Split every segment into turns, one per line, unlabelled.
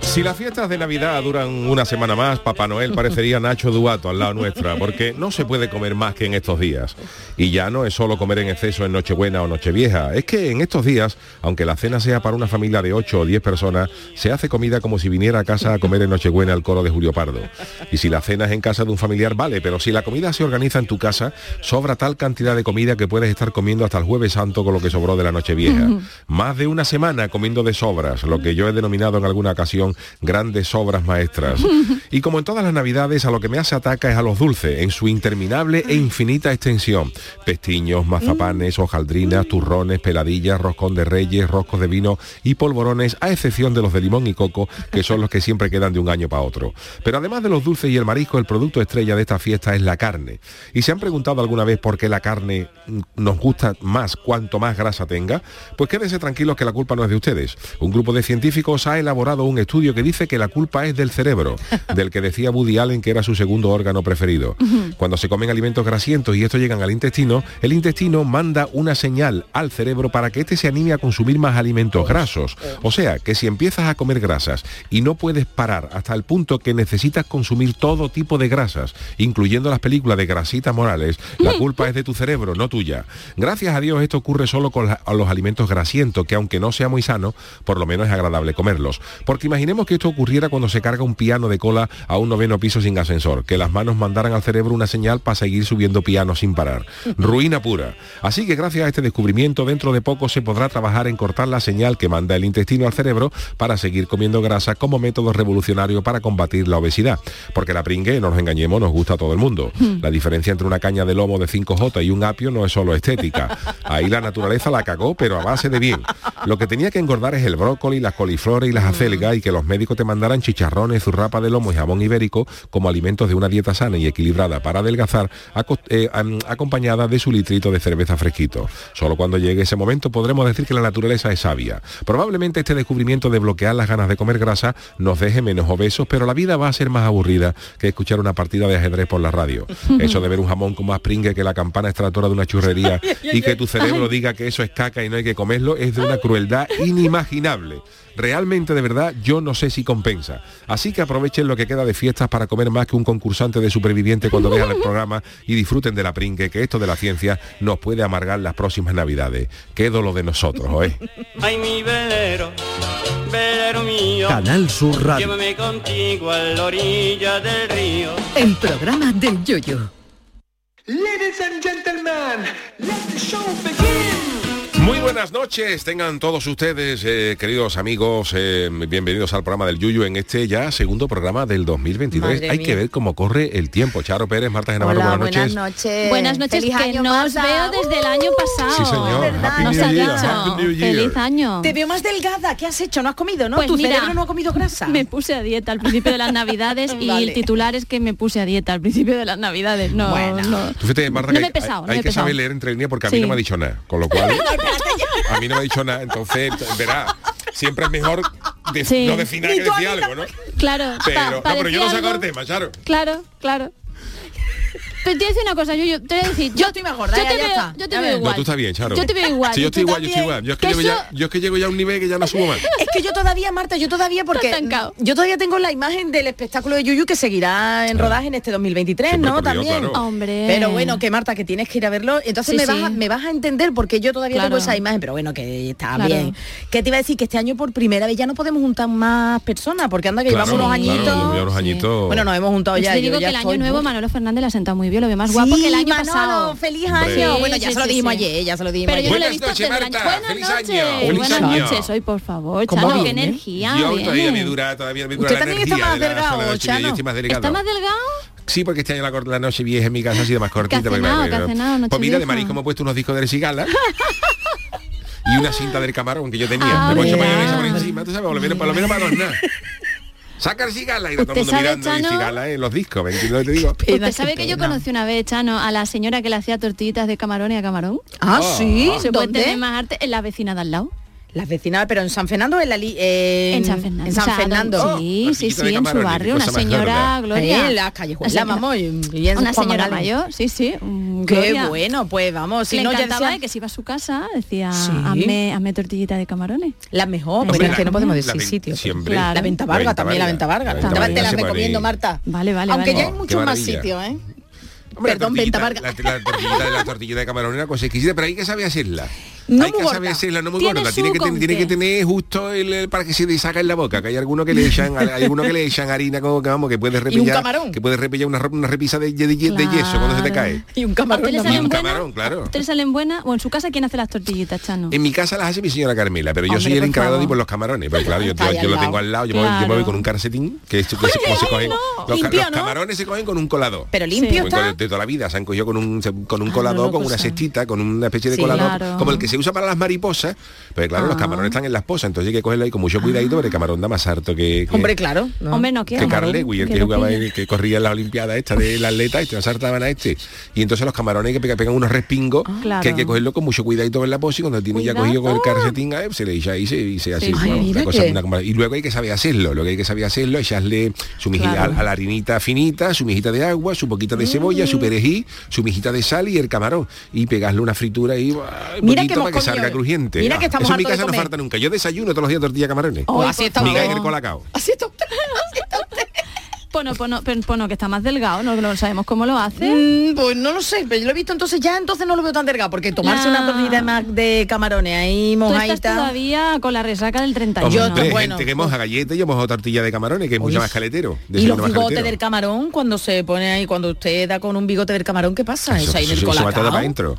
Si las fiestas de Navidad duran una semana más, Papá Noel parecería Nacho Duato al lado nuestra, porque no se puede comer más que en estos días. Y ya no es solo comer en exceso en Nochebuena o Nochevieja, es que en estos días, aunque la cena sea para una familia de 8 o 10 personas, se hace comida como si viniera a casa a comer en Nochebuena el coro de Julio Pardo. Y si la cena es en casa de un familiar, vale, pero si la comida se organiza en tu casa, sobra tal cantidad de comida que puedes estar comiendo hasta el jueves santo con lo que sobró de la Nochevieja. Más de una semana comiendo de sobras, lo que yo he denominado en alguna ocasión grandes obras maestras. Y como en todas las navidades, a lo que me hace ataca es a los dulces, en su interminable e infinita extensión. Pestiños, mazapanes, hojaldrinas, turrones, peladillas, roscón de reyes, roscos de vino y polvorones, a excepción de los de limón y coco, que son los que siempre quedan de un año para otro. Pero además de los dulces y el marisco, el producto estrella de esta fiesta es la carne. ¿Y se han preguntado alguna vez por qué la carne mm, nos gusta más cuanto más grasa tenga? Pues quédense tranquilos que la culpa no es de ustedes. Un grupo de científicos ha elaborado un estudio que dice que la culpa es del cerebro, del que decía Woody Allen que era su segundo órgano preferido. Cuando se comen alimentos grasientos y estos llegan al intestino, el intestino manda una señal al cerebro para que éste se anime a consumir más alimentos grasos. O sea, que si empiezas a comer grasas y no puedes parar hasta el punto que necesitas consumir todo tipo de grasas, incluyendo las películas de grasitas morales, la culpa es de tu cerebro, no tuya. Gracias a Dios esto ocurre solo con la- a los alimentos grasientos, que aunque no sea muy sano, por lo menos es agradable comerlos. Porque imaginemos que esto ocurriera cuando se carga un piano de cola a un noveno piso sin ascensor, que las manos mandaran al cerebro una señal para seguir subiendo piano sin parar. Ruina pura. Así que gracias a este descubrimiento, dentro de poco se podrá trabajar en cortar la señal que manda el intestino al cerebro para seguir comiendo grasa como método revolucionario para combatir la obesidad. Porque la pringue, no nos engañemos, nos gusta a todo el mundo. La diferencia entre una caña de lomo de 5J y un apio no es solo estética. Ahí la naturaleza la cagó, pero a base de bien. Lo que tenía que engordar es el brócoli, las coliflores y las acelgas y que los médicos te mandaran chicharrones, zurrapa de lomo y jamón ibérico como alimentos de una dieta sana y equilibrada para adelgazar, aco- eh, am- acompañada de su litrito de cerveza fresquito. Solo cuando llegue ese momento podremos decir que la naturaleza es sabia. Probablemente este descubrimiento de bloquear las ganas de comer grasa nos deje menos obesos, pero la vida va a ser más aburrida que escuchar una partida de ajedrez por la radio. Eso de ver un jamón con más pringue que la campana extractora de una churrería y que tu cerebro diga que eso es caca y no hay que comerlo es de una crueldad inimaginable. Realmente de verdad yo no sé si compensa. Así que aprovechen lo que queda de fiestas para comer más que un concursante de superviviente cuando vean el programa y disfruten de la pringue, que esto de la ciencia nos puede amargar las próximas navidades. Quedo lo de nosotros, ¿eh?
Ay, mi velero, velero mío.
Canal Sur Radio.
Llévame contigo a la orilla del río.
El programa del yoyo.
Ladies and gentlemen, let the show begin.
Muy buenas noches, tengan todos ustedes, eh, queridos amigos, eh, bienvenidos al programa del Yuyu en este ya segundo programa del 2023.
Madre
Hay
mía.
que ver cómo corre el tiempo. Charo Pérez, Marta Genavarro,
Hola,
buenas noches.
noches.
Buenas noches,
Feliz
que
año,
no os
Marta.
veo desde el año pasado.
Sí, señor. Happy
Nos
New
ha
Year,
dicho.
Happy New Year.
Feliz año.
Te veo más delgada. ¿Qué has hecho? ¿No has comido, no?
Pues
tu
mira,
cerebro no ha comido grasa.
Me puse a dieta al principio de las navidades y
Vale.
el titular es que me puse a dieta al principio de las navidades. No,
Bueno.
no.
Tú fíjate, Marta,
No
que
me
hay-
he pesado,
hay,
no me he
que
pesado.
saber leer entre líneas porque a mí
Sí.
no me ha dicho nada, con lo cual a mí no me ha dicho nada, entonces, verá, siempre es mejor de-
Sí.
no decir nada que decir algo, ¿no?
Claro, pa-
Pero, no, pero
parecía
yo no saco
algo-
el tema, Charo.
Claro, claro. Pero te voy a decir una cosa, yo, yo te voy a decir, yo,
estoy más gorda,
yo
ya-
te
ya
veo,
está.
yo te
Ya
veo
ves.
igual.
No, tú estás bien, Charo.
Yo te veo igual.
Si yo
tú
estoy igual, yo estoy
también.
igual. Yo es que,
Que
llego
eso-
ya, yo es que llego ya a un nivel que ya no subo más.
Es que yo todavía, Marta, yo todavía porque
Está estancado.
yo todavía tengo la imagen del espectáculo de Yuyu que seguirá en rodaje en este 2023,
Siempre
¿no?
por Dios,
También.
claro.
Hombre.
Pero bueno, que Marta, que tienes que ir a verlo. Entonces
Sí,
me, vas
sí.
a, me vas a entender porque yo todavía tengo
Claro.
esa imagen, pero bueno, que está
Claro.
bien. Que te iba a decir que este año por primera vez ya no podemos juntar más personas, porque anda que llevamos unos
claro,
añitos.
llevo unos
sí.
añitos.
Bueno, nos hemos juntado
Yo
ya.
pues te
yo
digo
ya
que el año
estoy-
nuevo Manolo Fernández la ha sentado muy bien, lo ve más guapo
Sí,
que el año
Manolo,
pasado.
feliz
Hombre.
año.
Sí,
bueno, ya
sí,
se lo
sí,
dijimos
sí.
ayer, ya se lo dijimos
Pero yo no
ayer.
lo he
Buenas
visto
noches,
desde el año-
Marta.
Buenas
Feliz
noches.
año. Feliz
Buenas
año.
noches, hoy por favor,
¿Cómo
Charo, qué
viene?
energía.
Yo aún todavía me
viene.
dura, todavía me dura
Usted
la
también
energía
está más
de la
delgado,
soledad, chica, yo
Chano.
estoy más delgado.
¿Está más delgado?
Sí, porque este año la, cor- la noche vieja en mi casa ha sido más cortita.
¿Qué ha
porque-
cenado? ¿Qué ha cenado? Noche
Pues mira, de
vieja.
marisco me he puesto unos discos de Sigala y una cinta del camarón que yo tenía.
Ah,
me he puesto
mira.
mayonesa por encima, tú sabes, por lo menos, por lo menos para adornar. Saca el cigala y todo el
Usted
mundo
sabe,
mirando y
Chano-
cigala en los discos, ¿ven? Yo te digo.
Pena,
Usted
qué
sabe que yo
pena.
conocí una vez, Chano, a la señora que le hacía tortillitas de camarón y a camarón.
Ah,
Ah.
sí,
Se puede
¿dónde?
tener más arte en la vecina de al lado.
Las vecinas, pero en San Fernando o en la li- en,
En San Fernando.
En San
O sea,
Fernando.
Sí,
Oh,
sí,
tortillita de
sí, en su
camarón,
barrio. Una
cosa más
señora,
rara.
Gloria.
En la callejuela,
Una
mamá, y en- y en
Una
Juan
señora
Manuel.
mayor, sí, sí. mm,
Qué
Gloria.
bueno, pues vamos, si
le
no ya
encantaba
decía-
de que si iba a su casa decía,
Sí.
hazme, hazme tortillita de camarones.
la mejor,
Hombre,
pero es
la-
que no podemos
la
decir
ven-
sitio.
Siempre.
Claro.
La Venta Varga también, la Venta Varga.
Venta
Te- te
Varga
la
se
recomiendo,
maneja.
Marta.
Vale, vale,
Aunque
vale.
ya hay
Oh, qué
muchos más
maravilla.
sitios, ¿eh?
Hombre, la
Perdón,
tortillita-
Venta Varga.
La, la tortillita de la tortillita de camarón es una cosa exquisita, pero hay que saber hacerla.
No
hay
muy
que saber
gorda.
hacerla, no muy
Tiene
gorda.
su
Tiene que, ten-
con
tiene
qué.
que tener justo el, el- para que se le saca en la boca, que hay algunos que le echan, hay algunos que le echan harina como que vamos, que puede repellar.
camarón.
Que puede repellar una, ro- una repisa de, ye- de ye- de yeso cuando se te cae.
Claro.
Y un
¿A usted
camarón.
le
nada
sale
más.
un
salen
camarón,
buenas?
claro.
¿A usted le salen buenas? ¿O en su casa quién hace las tortillitas, Chano?
En mi casa las hace mi señora Carmela, pero yo
Hombre,
soy el
por
encargado de
favor.
ir por los camarones. Pero claro, yo,
Está ahí
yo
al
lo
lado.
tengo al lado, yo, me voy- yo me voy
Claro.
con un calcetín, que es que se- como se
Ay,
cogen.
no.
Los, ca-
Limpio,
los
¿no?
camarones se cogen con un colador.
Pero limpio
Como en
está.
cole- de toda la vida se han cogido con un se- con un colador,
Ah, no
con una
cosa.
cestita, con una especie de
Sí,
colador,
claro.
como el que se usa para las mariposas. Pero claro, los
Ah.
camarones están en las posas, entonces hay que cogerlo ahí con mucho cuidadito, porque el camarón da más harto que, que-
Hombre, claro. ¿no?
Hombre, no,
que
¿qué?
Carl
camarón,
Lewis, el
que
que,
lo
jugaba,
pille.
el que corría en las olimpiadas esta del atleta, este, nos hartaban a este. Y entonces los camarones que pega- pegan unos respingos,
Ah,
que hay
claro.
que cogerlo con mucho cuidadito en la pose y cuando tiene ya
Cuidado.
cogido con el calcetín, eh, se le echa ahí se- y se hace
Sí,
bueno,
sí. Ay,
una
mira
cosa-
que-
una comar- Y luego hay que saber hacerlo, lo que hay que saber hacerlo, echarle su mijita
Claro.
a, a la harinita finita, su mijita de agua, su poquita de cebolla,
Mm.
su perejil, su mijita de sal y el camarón. Y pegarle una fritura ahí, ah, un
Mira que
poquito
hemos
para que salga
comido-
crujiente.
mira que
Ah,
estamos
Eso en mi
hartos de
casa no
comer.
falta nunca. Yo desayuno todos los días tortilla de camarones.
Oh, así está
Miga
usted.
y el colacao.
Así está usted, así está usted.
Pono, pono, pen- pono, que está más delgado, no, no sabemos cómo lo hace.
Mm, pues no lo sé, pero yo lo he visto entonces ya, entonces no lo veo tan delgado, porque tomarse
La-
una tortilla de, ma- de camarones ahí,
Ah. Tú estás
mojaita.
todavía con la resaca del 31.
Yo
Hombre,
te-
hay
bueno,
gente que moja galletas y yo mojo tortilla de camarones, que es mucho más caletero.
Y los
desayuno más
bigotes
caletero.
del camarón, cuando se pone ahí, cuando usted da con un bigote del camarón, ¿qué pasa? Eso,
Eso-
ahí en el
eso- eso va todo
colacao.
para adentro.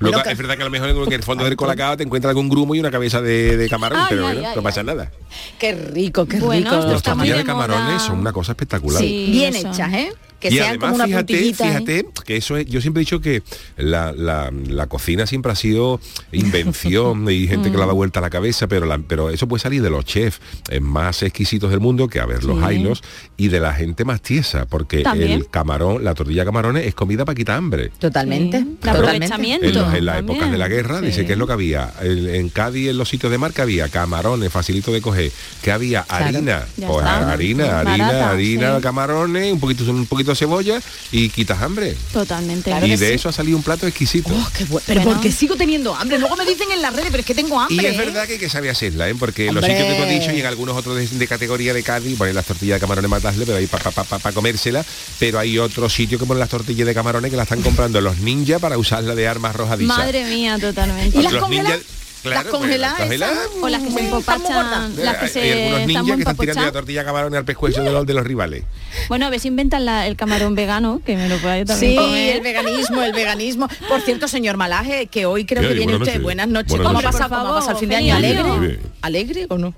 Lo
Bueno,
ca-
que-
es verdad que a lo mejor en el fondo del colacao te encuentras algún grumo y una cabeza de, de camarón,
Ay,
pero
ay,
bueno,
ay,
no
ay.
pasa nada.
Qué rico, qué
Bueno,
rico.
esto
los
Las
está muy
camarones.
tortillas de
de moda.
camarones son una cosa espectacular.
Sí,
Bien
eso.
hechas, ¿eh? Que
y
sean
además,
como una
fíjate,
puntillita. ¿eh?
fíjate que eso es, yo siempre he dicho que la, la- la cocina siempre ha sido invención y gente que
Mm.
le da vuelta a la cabeza, pero, la- pero eso puede salir de los chefs eh, más exquisitos del mundo, que a ver los
Sí.
ailos, y de la gente más tiesa, porque
También.
el camarón, la tortilla de camarones es comida para quitar hambre.
Totalmente.
Sí. De
totalmente.
aprovechamiento.
En, los- en las
También.
épocas de la guerra,
Sí.
dice que es lo que había. El- en Cádiz, en los sitios de marca, había camarones, facilito de coger. Que había harina,
Ya
pues
está.
harina, harina,
Barata,
harina,
sí.
camarones, un poquito, un poquito de cebolla y quitas hambre.
Totalmente.
y de eso ha salido un plato exquisito.
Oh, qué bueno. Pero
Bueno.
porque sigo teniendo hambre. Luego me dicen en las redes, pero es que tengo hambre.
Y es
¿eh?
verdad que hay que saber hacerla, ¿eh? porque en los
Hombre.
sitios que tú has dicho y en algunos otros de, de categoría de Cádiz ponen las tortillas de camarones matasle, pero ahí para pa, pa- pa comérsela, pero hay otros sitios que ponen las tortillas de camarones que la están comprando los ninjas para usarla de armas rojadizas.
Madre mía, totalmente.
¿Y las
Los
congeladas?
ninjas- claro,
las
pues,
congeladas.
las
esas?
congeladas.
O las que se
Están muy gordas.
empopachan, las que
hay,
se
hay algunos ninjas
están
que están tirando la
empapochadas.
tortilla de camarón al pescuezo de los, de los rivales.
Bueno, a ver si inventan la- el camarón vegano, que me lo pueda yo también
Sí,
comer.
el veganismo, el veganismo. Por cierto, señor Malaje, que hoy creo
Sí,
que viene
buenas
usted.
noches.
Buenas noches.
Buenas
¿Cómo,
noches.
ha pasado,
Por
¿Cómo ha pasado el
favor,
fin de año?
bienvenido.
Muy
¿Alegre?
bien.
¿Alegre o no?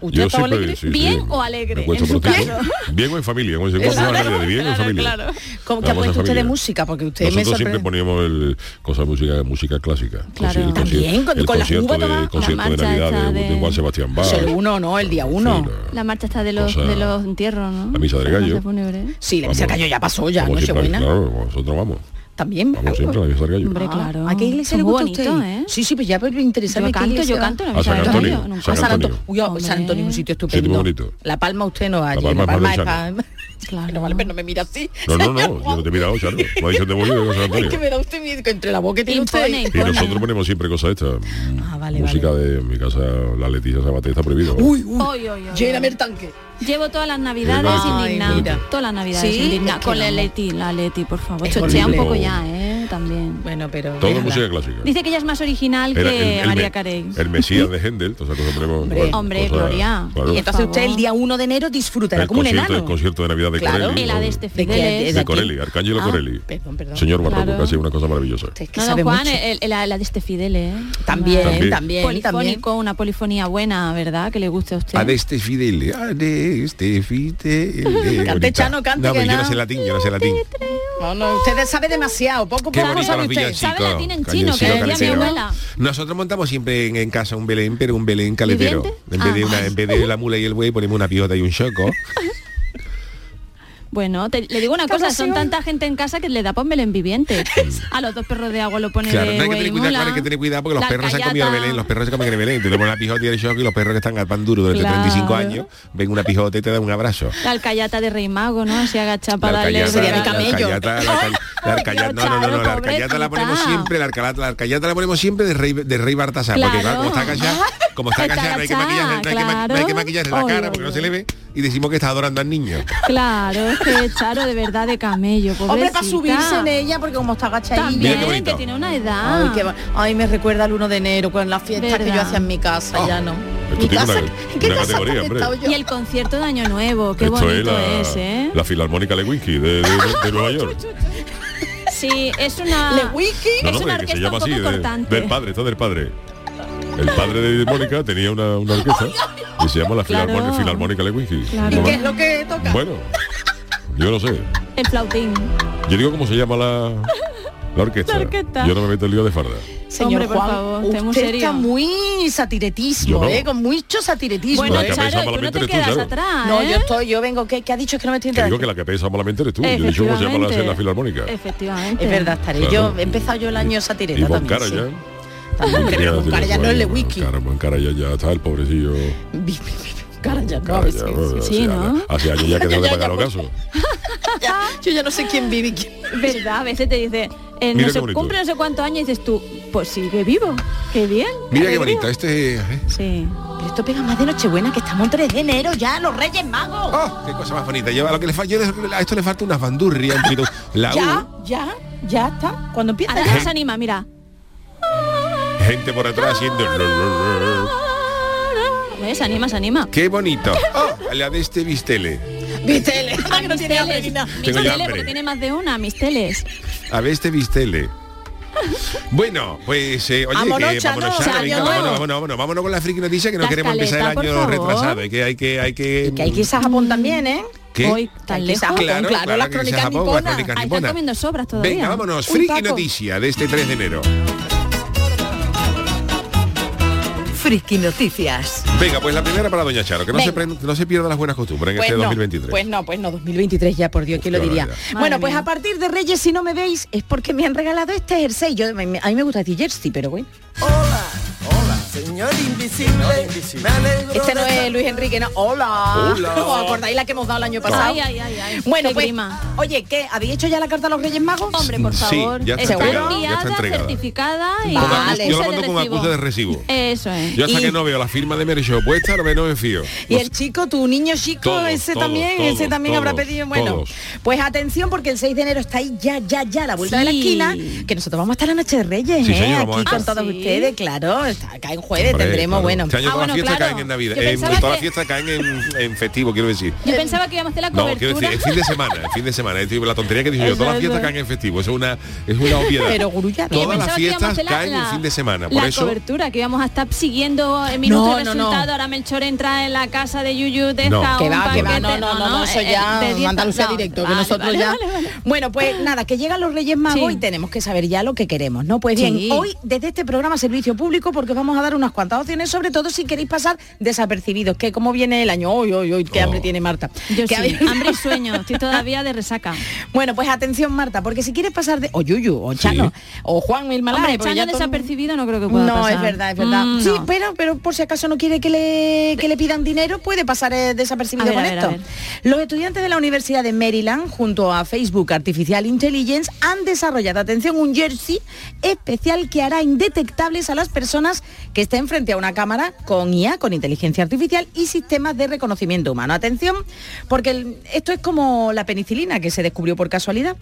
¿Usted ha
Yo
estado
siempre-
alegre?
sí, sí.
¿Bien o alegre?
Me cuesta
En su
protesto.
caso.
Bien o en familia, como se puede
Claro,
hablar de bien o en
claro,
familia.
claro.
¿Cómo que
Una cosa
ha puesto usted de
familiar.
música? Porque usted me
Nosotros siempre
sorprende.
poníamos el cosa música música clásica.
Claro.
El conci-
También, con-
el
con la
concierto
cuba
de,
tomada.
concierto
La
de
marcha
Navidad
esa
de, de
de-
Juan Sebastián Bach.
El uno, ¿no? El día uno.
Sí,
¿eh? La marcha está de los,
Cosa-
de los entierros, ¿no?
La misa del gallo.
Cosa fúnebre.
Sí, la misa
Vamos.
caño ya pasó, ya,
Vamos siempre,
Nochebuena.
claro, nosotros vamos.
También.
Vamos siempre a la misa del gallo.
Hombre,
Ah,
claro.
¿A qué iglesia
Son
le
muy
gusta a usted?
bonitos, ¿eh?
Sí, sí, pues ya pero interesarme
Yo
qué
canto,
iglesia
yo
va.
canto en la
A
misa
San
del
Antonio,
gallo.
Ah, San
nunca.
A San Antonio.
Antonio.
Uy, a San Antonio es un
Hombre.
sitio
Sitio
estupendo.
muy bonito.
La Palma usted no va allí.
Palma
La
es
Palma es
Manuel
pa-
Claro.
No vale, pero no me mira así.
No, no,
señor
no, yo no te he mirado, Charo. Me ha dicho de yo de San
Juan. Es que
Antonio.
me da usted miedo que entre la voz que tiene usted.
Impone.
Y nosotros ponemos siempre cosas estas. Mm,
Ah, vale,
música de en mi casa, la Leticia Sabaté está prohibido.
Uy, uy.
Oy, oy, oy,
Lléname
oy.
el tanque.
Llevo todas las navidades
Ay,
indignada.
mira.
Todas las navidades
Sí,
indignadas.
es que
Con la
vamos.
Leti, la Leti, por favor.
Es
Chochea un
horrible.
poco ya, ¿eh? También.
Bueno, pero.
Todo
venga.
música clásica.
Dice que ella es más original
Era
que María
me-
Carey.
el Mesías de Händel, o sea, cosas ponemos-
Hombre.
Hombre,
cosas-
Gloria.
claro.
Y entonces usted
favor.
el día 1 de enero disfrutará
el,
como un
concierto, el
enano.
concierto de Navidad de
Claro.
Corelli.
Y la de
o-
este
¿De qué? ¿De
de
quién?
Corelli, Arcángelo
Ah,
Corelli.
perdón, perdón.
Señor Barroco,
Claro.
que ha sido una cosa maravillosa.
Usted es que
No,
sabe
don Juan,
mucho.
el- el- la, la de este Fidel, ¿eh?
También.
También, también, también.
Polifónico, una polifonía buena, ¿verdad? Que le guste a usted.
A de este fidele, a de este fidele. Bonita.
Chano, cante,
No,
que
pero yo
no.
no sé latín, yo no sé latín.
No, no, usted sabe demasiado, poco, poco.
Qué
¿Sabe-
bonitos
sabe
los
usted?
villancicos.
¿Sabe la tiene en chino, que
Cañoncito,
decía mi
cañoncito.
abuela?
Nosotros montamos siempre en, en casa un Belén, pero un Belén caletero.
¿Viviente?
En vez, de
Ah.
una, en vez de la mula y el buey ponemos una pijota y un choco.
Bueno, te- le digo una cosa, son
Cabrón.
tanta gente en casa que le da por melón viviente. A los dos perros de agua lo pone
Claro,
de
no hay que
buey
tener cuidado,
mula,
claro, hay que tener cuidado porque los
la
perros se han comido el
callata.
Belén, los perros se comen el Belén. Tú le pones la pijota y el choco y los perros que están al pan duro durante
Claro.
35 años ven una pijota y te dan un abrazo.
La alcayata de Rey Mago, ¿no? Así agacha para darle...
arcayata,
sería de
la
camello.
arcayata, la arca- la arcayata- no, no, no, no, la arcayata la ponemos
Pobrecita.
siempre, la arcayata, la arcayata la ponemos siempre de rey, de rey Bartasar, porque
Claro.
claro, como está callada, como está
Está
callada, no hay que maquillarle, no hay que, ma- no hay que
claro.
maquillarle la
Oy,
cara
oy,
porque no
oy.
se le ve y decimos que está adorando al niño.
Claro, es que Charo de verdad de camello, pobrecita.
Hombre, para subirse en ella, porque como está
Mira qué
agachadilla.
bonito.
También, que tiene una edad.
Ay, qué va- Ay, me recuerda el 1 de enero con las fiestas que yo
Ah. ¿Verdad?
hacía en mi casa,
Ah,
Oh.
ya no.
Esto
mi
tiene
casa,
una-
¿en qué
una
casa
categoría,
habré
hombre.
estado yo?
Y el concierto de Año Nuevo, qué
Esto
bonito
es
es,
la,
¿eh?
la Filarmónica Lewinsky de, de- de- de Nueva York.
Sí, es una...
Le wiki.
No,
Es
no,
una
hombre, que
orquesta
se llama
un
así,
poco
de-
cortante.
del padre, esto del padre. El padre de Mónica tenía una, una orquesta y se llama la
Claro.
Filarmónica, Filarmónica Lewinsky.
Claro.
¿Y
No
qué
me-
es lo que toca?
Bueno, yo no sé.
El flautín.
Yo digo cómo se llama la, la orquesta.
La orquesta.
Yo no me meto en lío de farda.
Señor
Hombre, por
Juan,
favor,
usted
esté muy serio.
está muy
Yo
satiretismo,
no.
¿eh? Con mucho satiretismo.
Bueno,
la
¿eh?
que
Charo,
pesa
tú no
malamente
te
eres tú,
quedas
Charo.
atrás,
No,
¿eh?
yo estoy, yo vengo, ¿qué, qué ha dicho? Es que no me estoy
Que digo
enterando.
que la que pesa malamente eres tú. Yo he dicho cómo se llama la, la Filarmónica.
Efectivamente.
Es verdad, estaré
Claro.
yo, he empezado yo el año
Y
satireta
Juan
también.
Cara
sí.
ya.
También, hombre, pero con cara ya no es le wiki.
Cara, cara ya, ya está el pobrecillo.
Cara ya no, a
Cara
veces,
ya,
sí,
bueno,
sí.
sí,
hace-
¿no?
Hace años ya que
Ya,
dejó de
ya,
pagar
ya,
los casos.
Ya, yo ya no sé quién vive y quién.
Verdad, a veces te dice, eh,
Mira
no
qué
se
bonito.
cumple no sé cuántos años y dices tú, pues sigue vivo, qué bien.
Mira qué
alegría.
bonito, este... ¿eh?
Sí.
Pero esto pega más de Nochebuena, que estamos en 3 de enero ya, los Reyes Magos.
Ah.
¡Oh, qué cosa más bonita! Yo, a, lo que le fa- yo le- a esto le falta unas bandurrias, un poquito... La
Ya,
U,
ya, ya está. Cuando empieza
Ahora
ya.
ya se anima, mira.
gente por atrás haciendo...
¿Ves? Se anima, se anima.
¡Qué bonito! ¡Oh, la de este Vistele!
Vitele, que no
Mis
tiene hambre
teles,
ni nada.
mis
Tengo ya
teles,
hambre.
porque tiene más de una, mis teles.
A ver este vistele. Bueno, pues eh, oye,
Vámonos,
que
Chano,
vámonos, Chano,
Chano.
venga, vámonos, vámonos, vámonos, vámonos con la friki noticia que no
La
queremos empezar el año
escaleta, por favor.
retrasado, y que hay que hay que,
Que hay que irse a
Mm.
Japón también, ¿eh?
¿Qué?
Hoy, tan
Hay que irse a Japón,
lejos.
Claro,
claro,
claro,
las
que irse a
crónicas
Japón, las
niponas.
crónicas
Ah, están
niponas.
comiendo sobras todavía.
Venga, vámonos,
Un
friki
taco.
noticia de este 3 de enero.
Friki Noticias.
Venga, pues la primera para doña Charo, que no se,
Venga.
prend- no se pierda las buenas costumbres en
Pues
este
no,
2023.
Pues no, pues no, 2023 ya, por Dios, ¿quién lo
Qué
diría?
barbaridad.
Bueno,
Madre
pues
mía.
a partir de Reyes, si no me veis, es porque me han regalado este jersey. Yo, me- me- a mí me gusta decir jersey, pero bueno.
Señor invisible, me alegro
Este
de
no es Luis Enrique, no. Hola.
Hola.
¿Os acordáis la que hemos dado el año pasado?
Ay, ay, ay, ay.
Bueno,
Qué
pues,
grima.
oye, ¿qué? ¿Habéis hecho ya la carta a los Reyes Magos?
Hombre, por
Sí,
favor.
ya está
Está
entregada,
ya está
enviada,
entregada.
certificada y
Con
Vale. Eh,
acus- yo la
acuse
mando
de
con
recibo.
acuse de recibo.
Eso es.
Yo hasta
Y-
que no veo la firma de Mercho puesta, no me, no me fío.
Y
Los-
el chico, tu niño chico,
Todos,
ese
todos,
también,
todos,
ese también habrá
todos,
pedido. Bueno,
todos.
pues atención porque el 6 de enero está ahí ya, ya, ya, a la vuelta de la
Sí.
esquina, que nosotros vamos a estar la noche de Reyes,
Sí,
¿eh?
señora, vamos a
aquí con
estar.
todos
Ah, ¿sí?
ustedes, claro, está acá en jueves
Hombre,
tendremos,
claro.
bueno.
Este año
Ah,
todas las
bueno,
fiestas
claro.
caen en Navidad. Eh,
Yo
En-
pensaba
todas
que-
las fiestas caen en, en festivo, quiero decir.
Em,
Yo pensaba que íbamos a hacer la
No, quiero decir,
cobertura.
el fin de semana, el fin de semana. Es decir, la tontería que dije yo, todas las fiestas caen en festivo. Eso es una, es una obviedad.
Pero gurulla,
Que yo
todas las
pensaba que íbamos a
fiestas
hacer la-
caen
la-
el fin de semana. Por
la
eso,
cobertura que íbamos a estar siguiendo en minutos
No,
el
no,
resultado.
no.
Ahora Melchor entra en la casa de Yuyu, deja
No.
un
Que va, que va,
paquete.
no, no, no, no, eso
eh,
ya
de dieta-
Andalucía
no,
directo, que
vale,
nosotros
vale,
ya.
vale, vale. Ah.
Bueno, pues nada, que llegan los Reyes Magos
Sí.
y tenemos que saber ya lo que queremos, ¿no? Pues bien,
Sí.
hoy desde este programa Servicio Público, porque vamos a dar unas cuantas opciones, sobre todo si queréis pasar desapercibidos, que como viene el año, hoy, hoy, hoy, qué
Oh.
hambre tiene Marta.
Yo
Que
sí,
habéis-
hambre y sueño, estoy todavía de resaca.
Bueno, pues atención Marta, porque si quieres pasar de o Yuyu o Chano o Juan Milmalá,
Hombre,
porque
Chano
ya todo-
desapercibido no creo que pueda
No,
pasar.
es verdad, es verdad.
Mm,
sí,
no.
pero pero por si acaso no quiere que le que le pidan dinero, puede pasar eh, desapercibido
A ver,
con
a ver,
esto.
a ver.
Los estudiantes de la Universidad de Maryland junto a Facebook Artificial Intelligence han desarrollado, atención, un jersey especial que hará indetectables a las personas que estén frente a una cámara con IA, con inteligencia artificial y sistemas de reconocimiento humano. Atención, porque el- esto es como la penicilina que se descubrió por casualidad.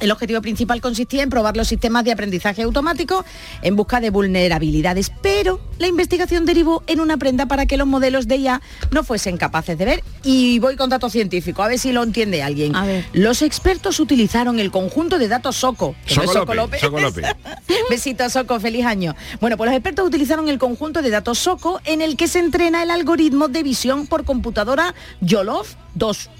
El objetivo principal consistía en probar los sistemas de aprendizaje automático en busca de vulnerabilidades, pero la investigación derivó en una prenda para que los modelos de IA no fuesen capaces de ver. Y voy con datos científicos, a ver si lo entiende alguien.
A ver.
Los expertos utilizaron el conjunto de datos SOCO. que no es
Soco
Soco
López,
López.
Soco López.
Besitos, Soco, feliz año. Bueno, pues los expertos utilizaron el conjunto de datos Soco en el que se entrena el algoritmo de visión por computadora YOLOV 2.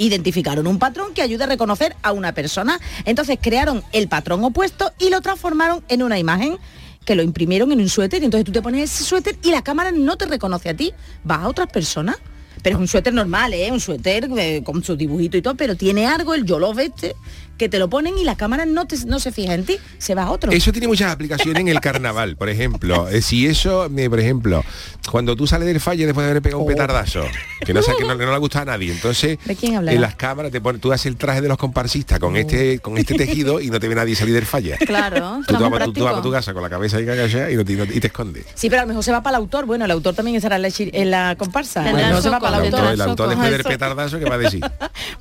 identificaron un patrón que ayude a reconocer a una persona. Entonces crearon el patrón opuesto y lo transformaron en una imagen que lo imprimieron en un suéter y entonces tú te pones ese suéter y la cámara no te reconoce a ti, vas a otras personas. Pero es un suéter normal, ¿eh? Un suéter eh, con su dibujito y todo, pero tiene algo, el yolof este, que te lo ponen y la cámara no, te, no se fija en ti, se va a otro.
Eso tiene muchas aplicaciones en el carnaval, por ejemplo. Eh, Si eso, eh, por ejemplo, cuando tú sales del falle después de haber pegado un petardazo, que no, sé, que no, que no le gusta a nadie, entonces
¿De quién hablará?
en las cámaras te ponen, tú haces el traje de los comparsistas con este con este tejido y no te ve nadie salir del falle.
Claro,
Tú, te vas,
trabajo
pa- tú- tú vas pa' tu
práctico.
casa con la cabeza ahí cagada y, no te- y no te- y te escondes.
Sí, pero a lo mejor se va para el autor. Bueno, el autor también estará en la, chi- en la comparsa.
Tendrá
Bueno,
el
no se va
soco,
para el
dentro
autor.
Entonces, el
soco.
autor después del
Soco.
petardazo, ¿qué va a decir?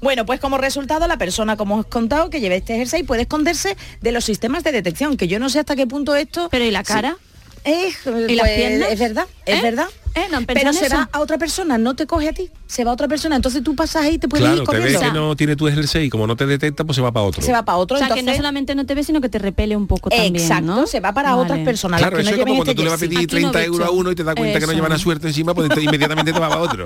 Bueno, pues como resultado, la persona, como os he contado, que lleva este jersey puede esconderse de los sistemas de detección, que yo no sé hasta qué punto esto...
Pero ¿y la cara?
Eh,
¿Y las
pues,
piernas?
Es verdad, es
¿Eh?
verdad.
¿Eh? ¿No han
Pero
pensado en
se va
eso?
a otra persona, no te coge a ti, se va a otra persona, entonces tú pasas ahí Pues y te puedes
Claro,
ir
te
corriendo.
ves que no tiene tu jersey, como no te detecta, pues se va para otro.
Se va para otro,
O sea, que no
entonces...
solamente no te ve, sino que te repele un poco también,
Exacto,
¿no?
se va para
Vale.
otras personas. las
Claro,
que no
eso es
lleven
como cuando
este
tú le vas a
jersey.
pedir
Aquí no
30
he
euros a
visto.
uno y te das cuenta que no
Eso.
llevan a suerte encima, pues entonces inmediatamente te va a otro.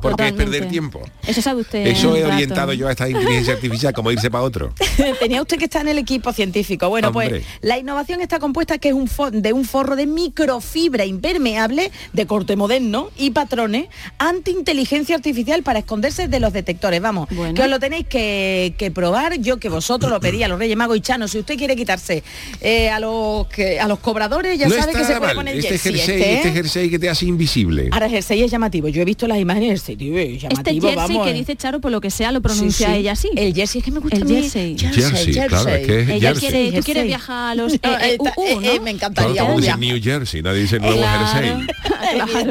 Porque
Totalmente.
es perder tiempo.
Eso sabe usted.
Eso he
un rato.
orientado yo a esta inteligencia artificial, como irse para otro.
Tenía usted que estar en el equipo científico. Bueno,
Hombre.
pues la innovación está compuesta que es un fo- de un forro de microfibra impermeable de corte moderno y patrones anti inteligencia artificial para esconderse de los detectores. Vamos,
Bueno.
que os lo tenéis que, que probar. Yo que vosotros lo pedí a los Reyes Magos y Chano. Si usted quiere quitarse eh, a los que- a los cobradores, ya
no
sabe
está
que se
nada
puede
mal.
poner
este
jersey,
jersey,
este, ¿eh? Ah,
este jersey que te hace invisible.
Ahora, el jersey es llamativo. Yo he visto las imágenes del jersey, tío, es
Este
llamativo,
jersey
vamos.
que
eh.
dice Charo, por lo que sea, lo pronuncia
Sí, sí.
ella así.
El jersey es que me gusta
El
a mí.
jersey.
Jersey, claro, es que es
ella
jersey.
quiere, tú
Jersey.
quieres viajar a los
No,
eh, eh,
esta-
uh, uh,
eh,
¿no?
me
Claro,
encantaría.
como
ya.
dice New Jersey, nadie dice nuevo jersey.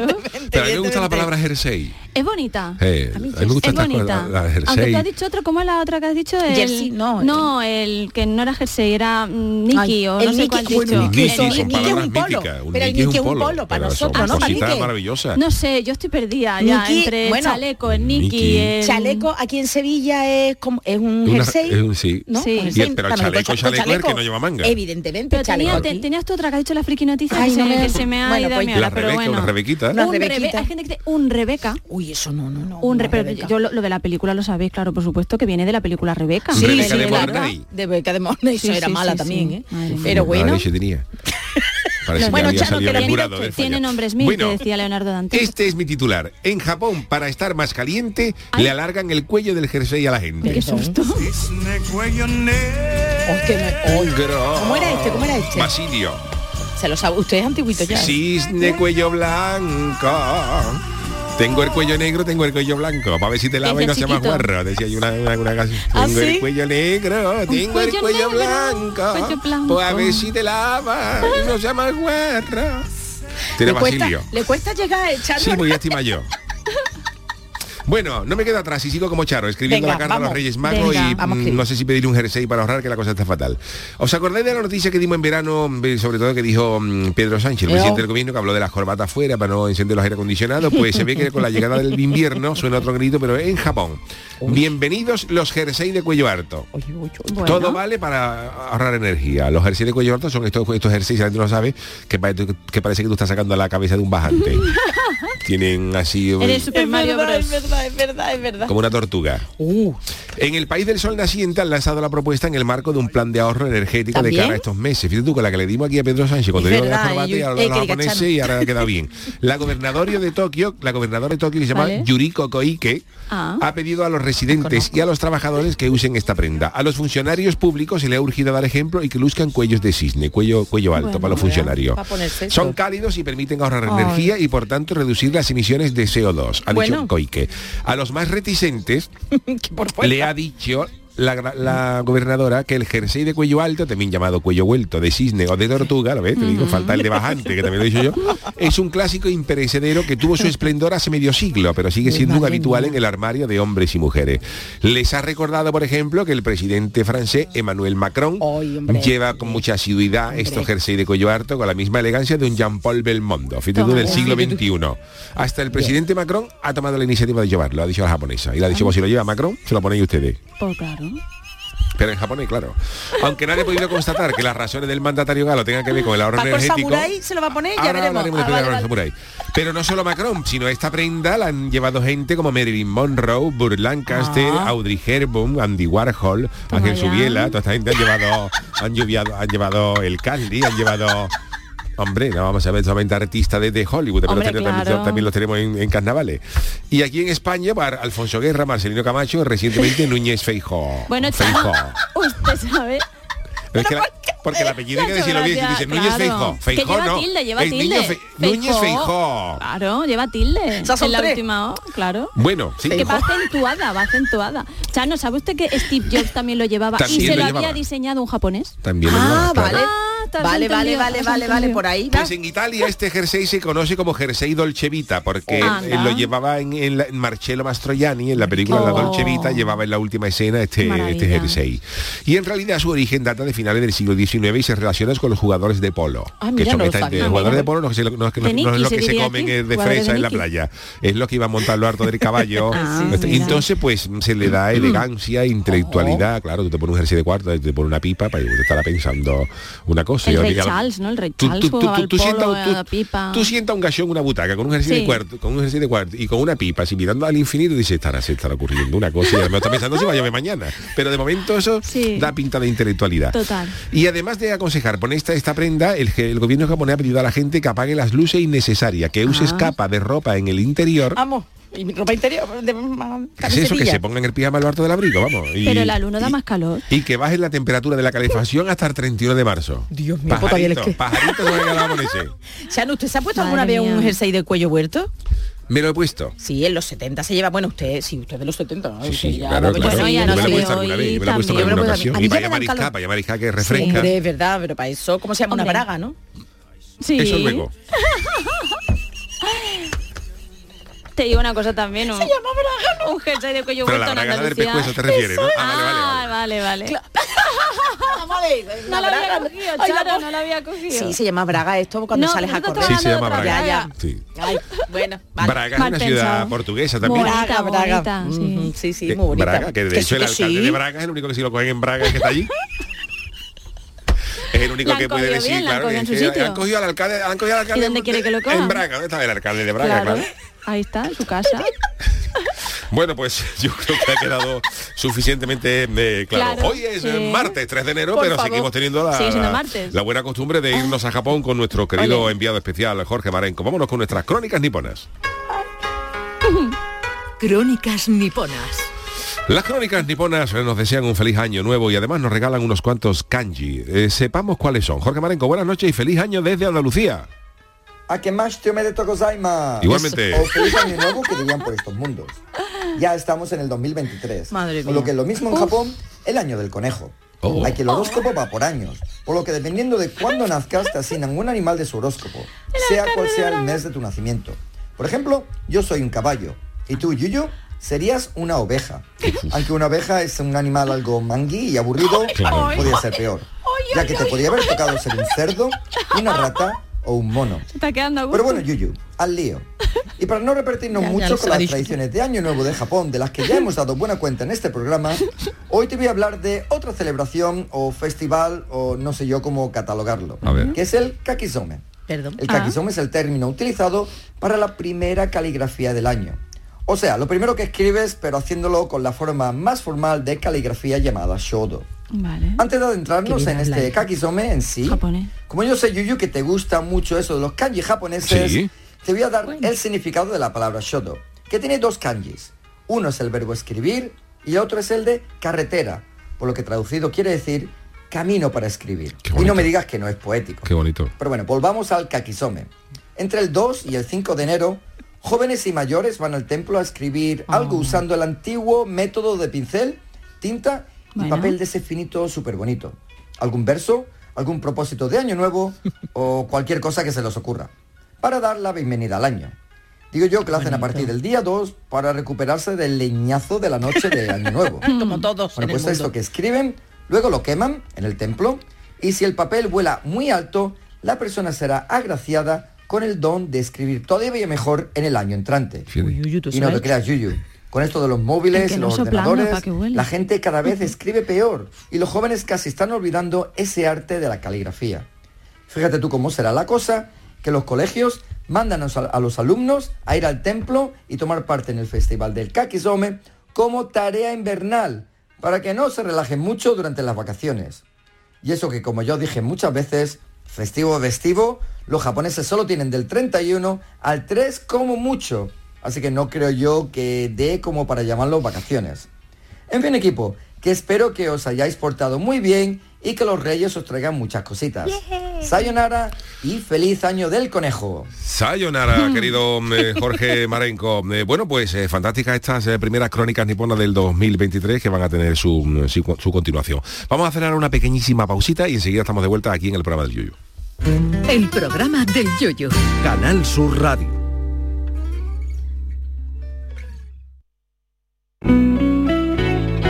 Claro.
Pero a mí me gusta la palabra jersey.
Es bonita.
Eh, a mí me gusta
es
esta cosa,
bonita.
la- la jersey.
Aunque te has dicho otro, ¿cómo es la otra que has dicho? El,
Jersey, no,
No, el que no era jersey, era mm, Nicky
Ay,
o no
el
sé
Nicky,
cuál has
bueno,
dicho.
Un
Nicky,
El
eso,
Niki
el
son
Niki es
palabras
un polo,
míticas. Un
pero el
Niki es
Niki
un polo.
para
pero son
nosotros, ¿no,
cositas
Panique?
maravillosas.
No sé, yo estoy perdida ya
Nicky,
entre el
bueno.
chaleco, el Nicky,
Nicky.
el...
Chaleco aquí en Sevilla es como es un
Una-
jersey.
es un- sí.
¿no?
Sí.
Un jersey,
Y- pero
tamarico,
chaleco,
cha-
chaleco es el que no lleva manga.
Evidentemente,
Pero
chaleco.
tenía,
aquí.
te- tenías tú otra que has dicho la friki noticia
Ay,
que,
no
se,
me-
que se me ha
bueno,
ido
pues-
a mi
La
ahora, pero
Rebeca,
bueno.
una Rebequita.
Una
un
Rebequita.
Rebe- hay gente que dice un Rebeca.
Uy, eso no, no, no.
Un
una
Re- pero
Rebeca.
yo lo, lo de la película lo sabéis, claro, por supuesto, que viene de la película Rebeca.
Sí, Rebeca
sí,
de
claro,
Mornay.
De Rebeca de Mornay, eso
Sí,
era
sí,
mala
sí,
también,
sí.
¿eh?
Madre mía.
Pero
La
bueno,
leche tenía. Parece que
Bueno,
había
Chano,
salido
que lo
curado
mira
del
Tiene
fallo.
nombres mil,
Bueno,
que decía Leonardo Dante.
Este es mi titular. En Japón, para estar más caliente,
Ay.
le alargan el cuello del jersey a la
Qué
gente.
susto.
oh, es que me- oh, ¿Cómo
¿Cómo
era este? ¿Cómo era este?
Basilio.
se lo sabe. Usted es antiguito ya. ¿eh?
Cisne cuello blanco. Tengo el cuello negro, tengo el cuello blanco. Para ver si te lavo y no
Desde
se más
chiquito.
guarro. Decía yo una, una, una canción.
¿Ah,
Tengo
sí?
el cuello negro, tengo
pues
el
cuello
cuello
negro,
blanco.
cuello blanco.
Pues a ver si te lava y no se más guarro. Tiene
le, cuesta,
Basilio.
le cuesta llegar a echar
Sí, muy estima yo. Bueno, no me quedo atrás y sigo como Charo, escribiendo
Venga,
la carta a
vamos.
los Reyes Magos
Venga,
y
vamos a
mm,
escribir.
no sé si pedir un jersey para ahorrar, que la cosa está fatal. ¿Os acordáis de la noticia que dimos en verano, mm, sobre todo que dijo mm, Pedro Sánchez, el
Yo.
presidente del gobierno, que habló de las corbatas fuera para no encender los aire acondicionados? Pues se ve que con la llegada del invierno suena otro grito, pero en Japón. Bienvenidos los jersey de cuello harto.
Bueno.
Todo vale para ahorrar energía. Los jerseys de cuello alto son estos, estos jerseys, la gente no lo sabe, que, pa- que parece que tú estás sacando la cabeza de un bajante. Tienen así un-
Eres Super
Es
Mario
verdad,
Bros.
es verdad, es verdad, es verdad.
como una tortuga.
Uh.
En el país del sol naciente han lanzado la propuesta en el marco de un plan de ahorro energético
¿También?
de cara a estos meses. Fíjate tú con la que le dimos aquí a Pedro Sánchez cuando
Es
dio lo de las
verdad,
corbatas y
yo-
ahora
eh,
los
que diga
japoneses
Chano.
y ahora ha quedado bien. La gobernadora de Tokio, la gobernadora de Tokio que se llama
Vale.
Yuriko Koike,
Ah.
ha pedido a los residentes y a los trabajadores que usen esta prenda. A los funcionarios públicos se le ha urgido dar ejemplo y que luzcan cuellos de cisne, cuello cuello alto
Bueno,
para los
vea,
funcionarios.
pa' ponerse eso.
Son cálidos y permiten ahorrar energía y por tanto reducir las emisiones de CO2, ha
Bueno.
dicho Koike. A los más reticentes
Que por fuerza.
le ha dicho la, gra- la gobernadora que el jersey de cuello alto, también llamado cuello vuelto, de cisne o de tortuga, ¿lo ves? Te digo, falta el de bajante, que también lo he dicho yo, es un clásico imperecedero que tuvo su esplendor hace medio siglo, pero sigue siendo un habitual en el armario de hombres y mujeres. Les ha recordado, por ejemplo, que el presidente francés Emmanuel Macron
Ay, hombre.
lleva con mucha asiduidad estos jersey de cuello alto con la misma elegancia de un Jean-Paul Belmondo, fíjate tú, del siglo XXI. Hasta el presidente Macron ha tomado la iniciativa de llevarlo, ha dicho la japonesa, y le ha dicho, pues si lo lleva Macron, se lo ponéis ustedes.
Pues claro.
espera en Japón y claro. Aunque nadie ha podido constatar que las razones del mandatario galo tengan que ver con el ahorro
Paco el
energético.
samurái se lo va a poner, ya
Ahora
veremos.
hablaremos de
Ah,
Pedro
vale,
Álvarez Samurái. Pero no solo Macron, sino esta prenda la han llevado gente como Marilyn Monroe, Burt Lancaster, Audrey Hepburn, Andy Warhol, Ángel
Ah. ya.
Subiela, toda esta gente han llevado, han lluviado, han llevado el candy, han llevado. Hombre, no vamos a ver solamente artistas de, de Hollywood, también,
Hombre,
los tenemos,
claro.
también los tenemos en, en carnavales. Y aquí en España, para Alfonso Guerra, Marcelino Camacho, recientemente Núñez Feijóo.
Bueno,
Feijóo.
Chano, usted sabe.
Pero es que
Pero eh,
la-
¿por qué?
porque el apellido hay que
Sancho
decirlo bien, si
Gracia,
dice Núñez
claro.
Feijó, Feijó
que lleva
no,
tilde, lleva
es
tilde.
niño Fe- Núñez Feijó.
Claro, lleva tilde.
sea, son
en la
tres.
última O, claro.
Bueno, sí.
Que va acentuada, va acentuada. Chano, ¿sabe usted que Steve Jobs también lo llevaba
También
y se
lo
lo,
llevaba.
había diseñado un japonés?
También lo
Ah,
llevaba, claro.
vale.
Ah, te has
vale, vale,
entendido,
vale,
te has
vale, vale,
entendido.
por ahí.
Pues en Italia este jersey se conoce como jersey Dolce Vita porque
Ah, Anda.
eh, lo llevaba en, en la- en Marcello Mastroianni en la película La
Oh.
Dolce Vita llevaba en la última escena este,
Maravilla.
este jersey y en realidad su origen data de finales del siglo XIX y se relaciona con los jugadores de polo
Ah, mira,
que son
no lo
esta-
sabía.
los
Ah,
jugadores
mira.
de polo no, es que se- no es que-
De
no es
Niki,
lo
se
que se
diría
comen
aquí,
eh, de
jugadores de
fresa en la
Niki.
playa es lo que iba a montar lo harto del caballo
Ah,
Este,
mira. Ah. Oh.
entonces pues se le da elegancia intelectualidad claro tú te pones un jersey de cuarto te pones una pipa para estar pensando una cosa
El
y ahora
rey
llega-
Charles, ¿no? El rey
Tú-
Charles
tú- tú-
jugaba
tú-
al
tú sienta
polo, eh,
un- tú-
a la pipa.
tú sienta un gallón en una butaca con un jersey
Ah. Sí.
de cuarto con un jersey de cuarto y con una pipa sin mirando al infinito y dice estará se estará ocurriendo una cosa y me está pensando si va a llover mañana pero de momento eso
Sí.
da pinta de intelectualidad
Total.
y además de aconsejar poner esta, esta prenda el, je- el gobierno japonés ha pedido a la gente que apague las luces innecesarias que uses
Ah.
capa de ropa en el interior
Vamos. Y mi ropa interior de
es
ma-
eso que
camisetilla.
se pongan el pijama al harto del abrigo vamos y-
Pero el alumno da
y-
más calor.
y que baje la temperatura de la calefacción hasta el 31 de marzo.
Dios mío, pues todavía les
pajarito,
queda.
pajarito se me ha quedado amanecer.
Chano, ¿usted se ha puesto
Madre
alguna vez
mía.
un jersey de cuello huerto?
Me lo he puesto.
Sí, en los 70 se lleva. Bueno, usted, sí, usted de los 70. ¿no?
Sí,
Usted
sí,
ya
claro,
lo ve-
claro.
Bueno, ya
Yo
no
me lo he
sé,
puesto
hoy
alguna vez, yo me lo he puesto en
también.
alguna
Yo me lo
ocasión.
puesto- a
Y
mí ya
vaya
me dan
marisca,
calor.
vaya marisca que
Sí,
refresca.
hombre, es verdad, pero para eso, ¿cómo se llama?
Hombre.
Una braga, ¿no?
Sí.
Eso luego.
Te digo una cosa también. Un, Se llama braga, Un jersey de cuello
Pero
vuelto
la
en
braga del
Andalucía.
pescuezo te refieres, ¿no? Ah, vale, vale,
Ah,
vale.
vale, vale.
la
No lo había
braga.
cogido,
Ay, la
Charo,
po-
no lo había cogido.
Sí, se llama braga esto cuando
No,
sales a
nosotros
correr.
Sí, se llama
hablando de
braga.
Ya, ya.
Sí.
Ay, bueno, vale.
Braga es una
Mal
ciudad
pensado.
portuguesa también.
Mola.
Braga,
Bonita,
Braga.
bonita, sí.
Ujú, sí, sí,
Que-
muy bonita.
Braga, que de
Que
hecho
sí,
el
que
alcalde
sí.
de Braga es el único que si lo cogen en Braga es que está allí. Es el único
La han
que puede
cogido
decir,
bien, la han
claro,
cogido en
es
su
que "Ah,
sitio.
han cogido al alcalde, han cogido al alcalde
dónde
en-
quiere que lo cojan?
En Braga, ¿dónde está el alcalde de Braga?
Claro.
claro.
Ahí está, en su casa.
Bueno, pues yo creo que ha quedado suficientemente eh, claro.
Claro,
Hoy es
sí.
eh, martes 3 de enero,
Por
pero
favor.
seguimos teniendo la,
Sigue siendo
la-
martes. Ah,
la buena costumbre de irnos a Japón con nuestro querido enviado especial, Jorge Marenco. Vámonos con nuestras crónicas niponas.
Crónicas niponas.
Las crónicas niponas eh, nos desean un feliz año nuevo y además nos regalan unos cuantos kanji. Eh, sepamos cuáles son. Jorge Marenco, buenas noches y feliz año desde Andalucía.
A que más te merito gozaimasu.
Igualmente.
O feliz año nuevo que dirían por estos mundos. Ya estamos en el 2023.
Madre
Por lo
mía.
que lo mismo en Japón, el año del conejo.
Oh.
Hay que el horóscopo va por años, por lo que dependiendo de cuándo nazcas te asignan un animal de su horóscopo, sea cual sea el mes de tu nacimiento. Por ejemplo, yo soy un caballo y tú, Yuyo, serías una oveja. Aunque una oveja es un animal algo mangui y aburrido,
Claro.
podría ser peor, ya que te podría haber tocado ser un cerdo, una rata o un mono.
Se está quedando a gusto.
Pero bueno, Yuyu, al lío. Y para no repetirnos
Ya, ya
mucho
lo
con
ha
las
dicho.
tradiciones de Año Nuevo de Japón, de las que ya hemos dado buena cuenta en este programa, hoy te voy a hablar de otra celebración o festival o no sé yo cómo catalogarlo,
A ver.
que es el Kakizome.
Perdón.
El kakizome es el término utilizado para la primera caligrafía del año. O sea, lo primero que escribes, pero haciéndolo con la forma más formal de caligrafía llamada shodo.
Vale.
Antes de adentrarnos
Querida
en este
Blanca.
kakisome en sí,
Japonés.
como yo sé, Yuyu, que te gusta mucho eso de los kanji japoneses,
Sí.
te voy a dar el significado de la palabra shodo, que tiene dos kanjis. Uno es el verbo escribir y el otro es el de carretera, por lo que traducido quiere decir camino para escribir.
Qué
Y
bonito.
no me digas que no es poético.
Qué bonito.
Pero bueno, volvamos al kakisome. Entre el 2 y el 5 de enero, jóvenes y mayores van al templo a escribir algo usando el antiguo método de pincel, tinta y
Bueno.
papel de ese finito súper bonito. Algún verso, algún propósito de año nuevo o cualquier cosa que se les ocurra. Para dar la bienvenida al año. Digo yo que lo hacen a partir del día 2 para recuperarse del leñazo de la noche de año nuevo.
Como todos en
Bueno,
el
pues
mundo.
esto que escriben, luego lo queman en el templo y si el papel vuela muy alto, la persona será agraciada con el don de escribir todavía mejor en el año entrante.
Fíjate.
Uy, uy, uy, tú
Y no te
sabes.
creas, Yuyu, Con esto de los móviles,
El que no
los
sopla, anda,
ordenadores,
pa' que huele.
la gente cada vez escribe peor y los jóvenes casi están olvidando ese arte de la caligrafía. Fíjate tú cómo será la cosa, que los colegios mandan a los- a los alumnos a ir al templo y tomar parte en el Festival del Kakizome como tarea invernal, para que no se relajen mucho durante las vacaciones. Y eso que, como yo dije muchas veces, festivo festivo, los japoneses solo tienen del 31 al 3 como mucho. Así que no creo yo que dé como para llamarlo vacaciones. En fin, equipo, que espero que os hayáis portado muy bien y que los reyes os traigan muchas cositas. Sayonara y feliz año del conejo.
Sayonara, querido eh, Jorge Marenco. Eh, bueno, pues eh, fantásticas estas eh, primeras crónicas niponas del 2023 que van a tener su, mm, su, su continuación. Vamos a hacer ahora una pequeñísima pausita y enseguida estamos de vuelta aquí en el programa del Yuyu.
El programa del yoyo.
Canal Sur Radio.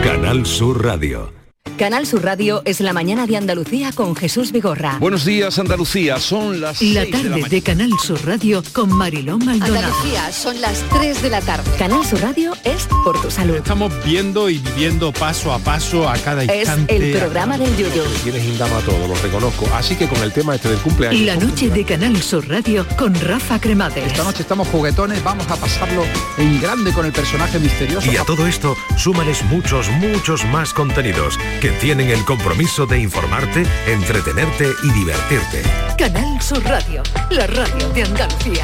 Canal Sur Radio.
Canal Sur Radio es la mañana de Andalucía con Jesús Vigorra.
Buenos días Andalucía, son las
La
seis de la
tarde de Canal Sur Radio con Mariló Maldonado.
Andalucía, son las 3 de la tarde. Canal Sur Radio es por tu salud.
Estamos viendo y viviendo paso a paso a cada
Es
instante.
el programa del yoyo.
Tienes indama todo, lo reconozco. Así que con el tema este del cumpleaños.
La noche de Canal Sur Radio con Rafa Cremades.
Esta noche estamos juguetones, vamos a pasarlo en grande con el personaje misterioso.
Y a todo esto, súmales muchos, muchos más contenidos que tienen el compromiso de informarte, entretenerte y divertirte.
Canal Sur Radio, la radio de Andalucía.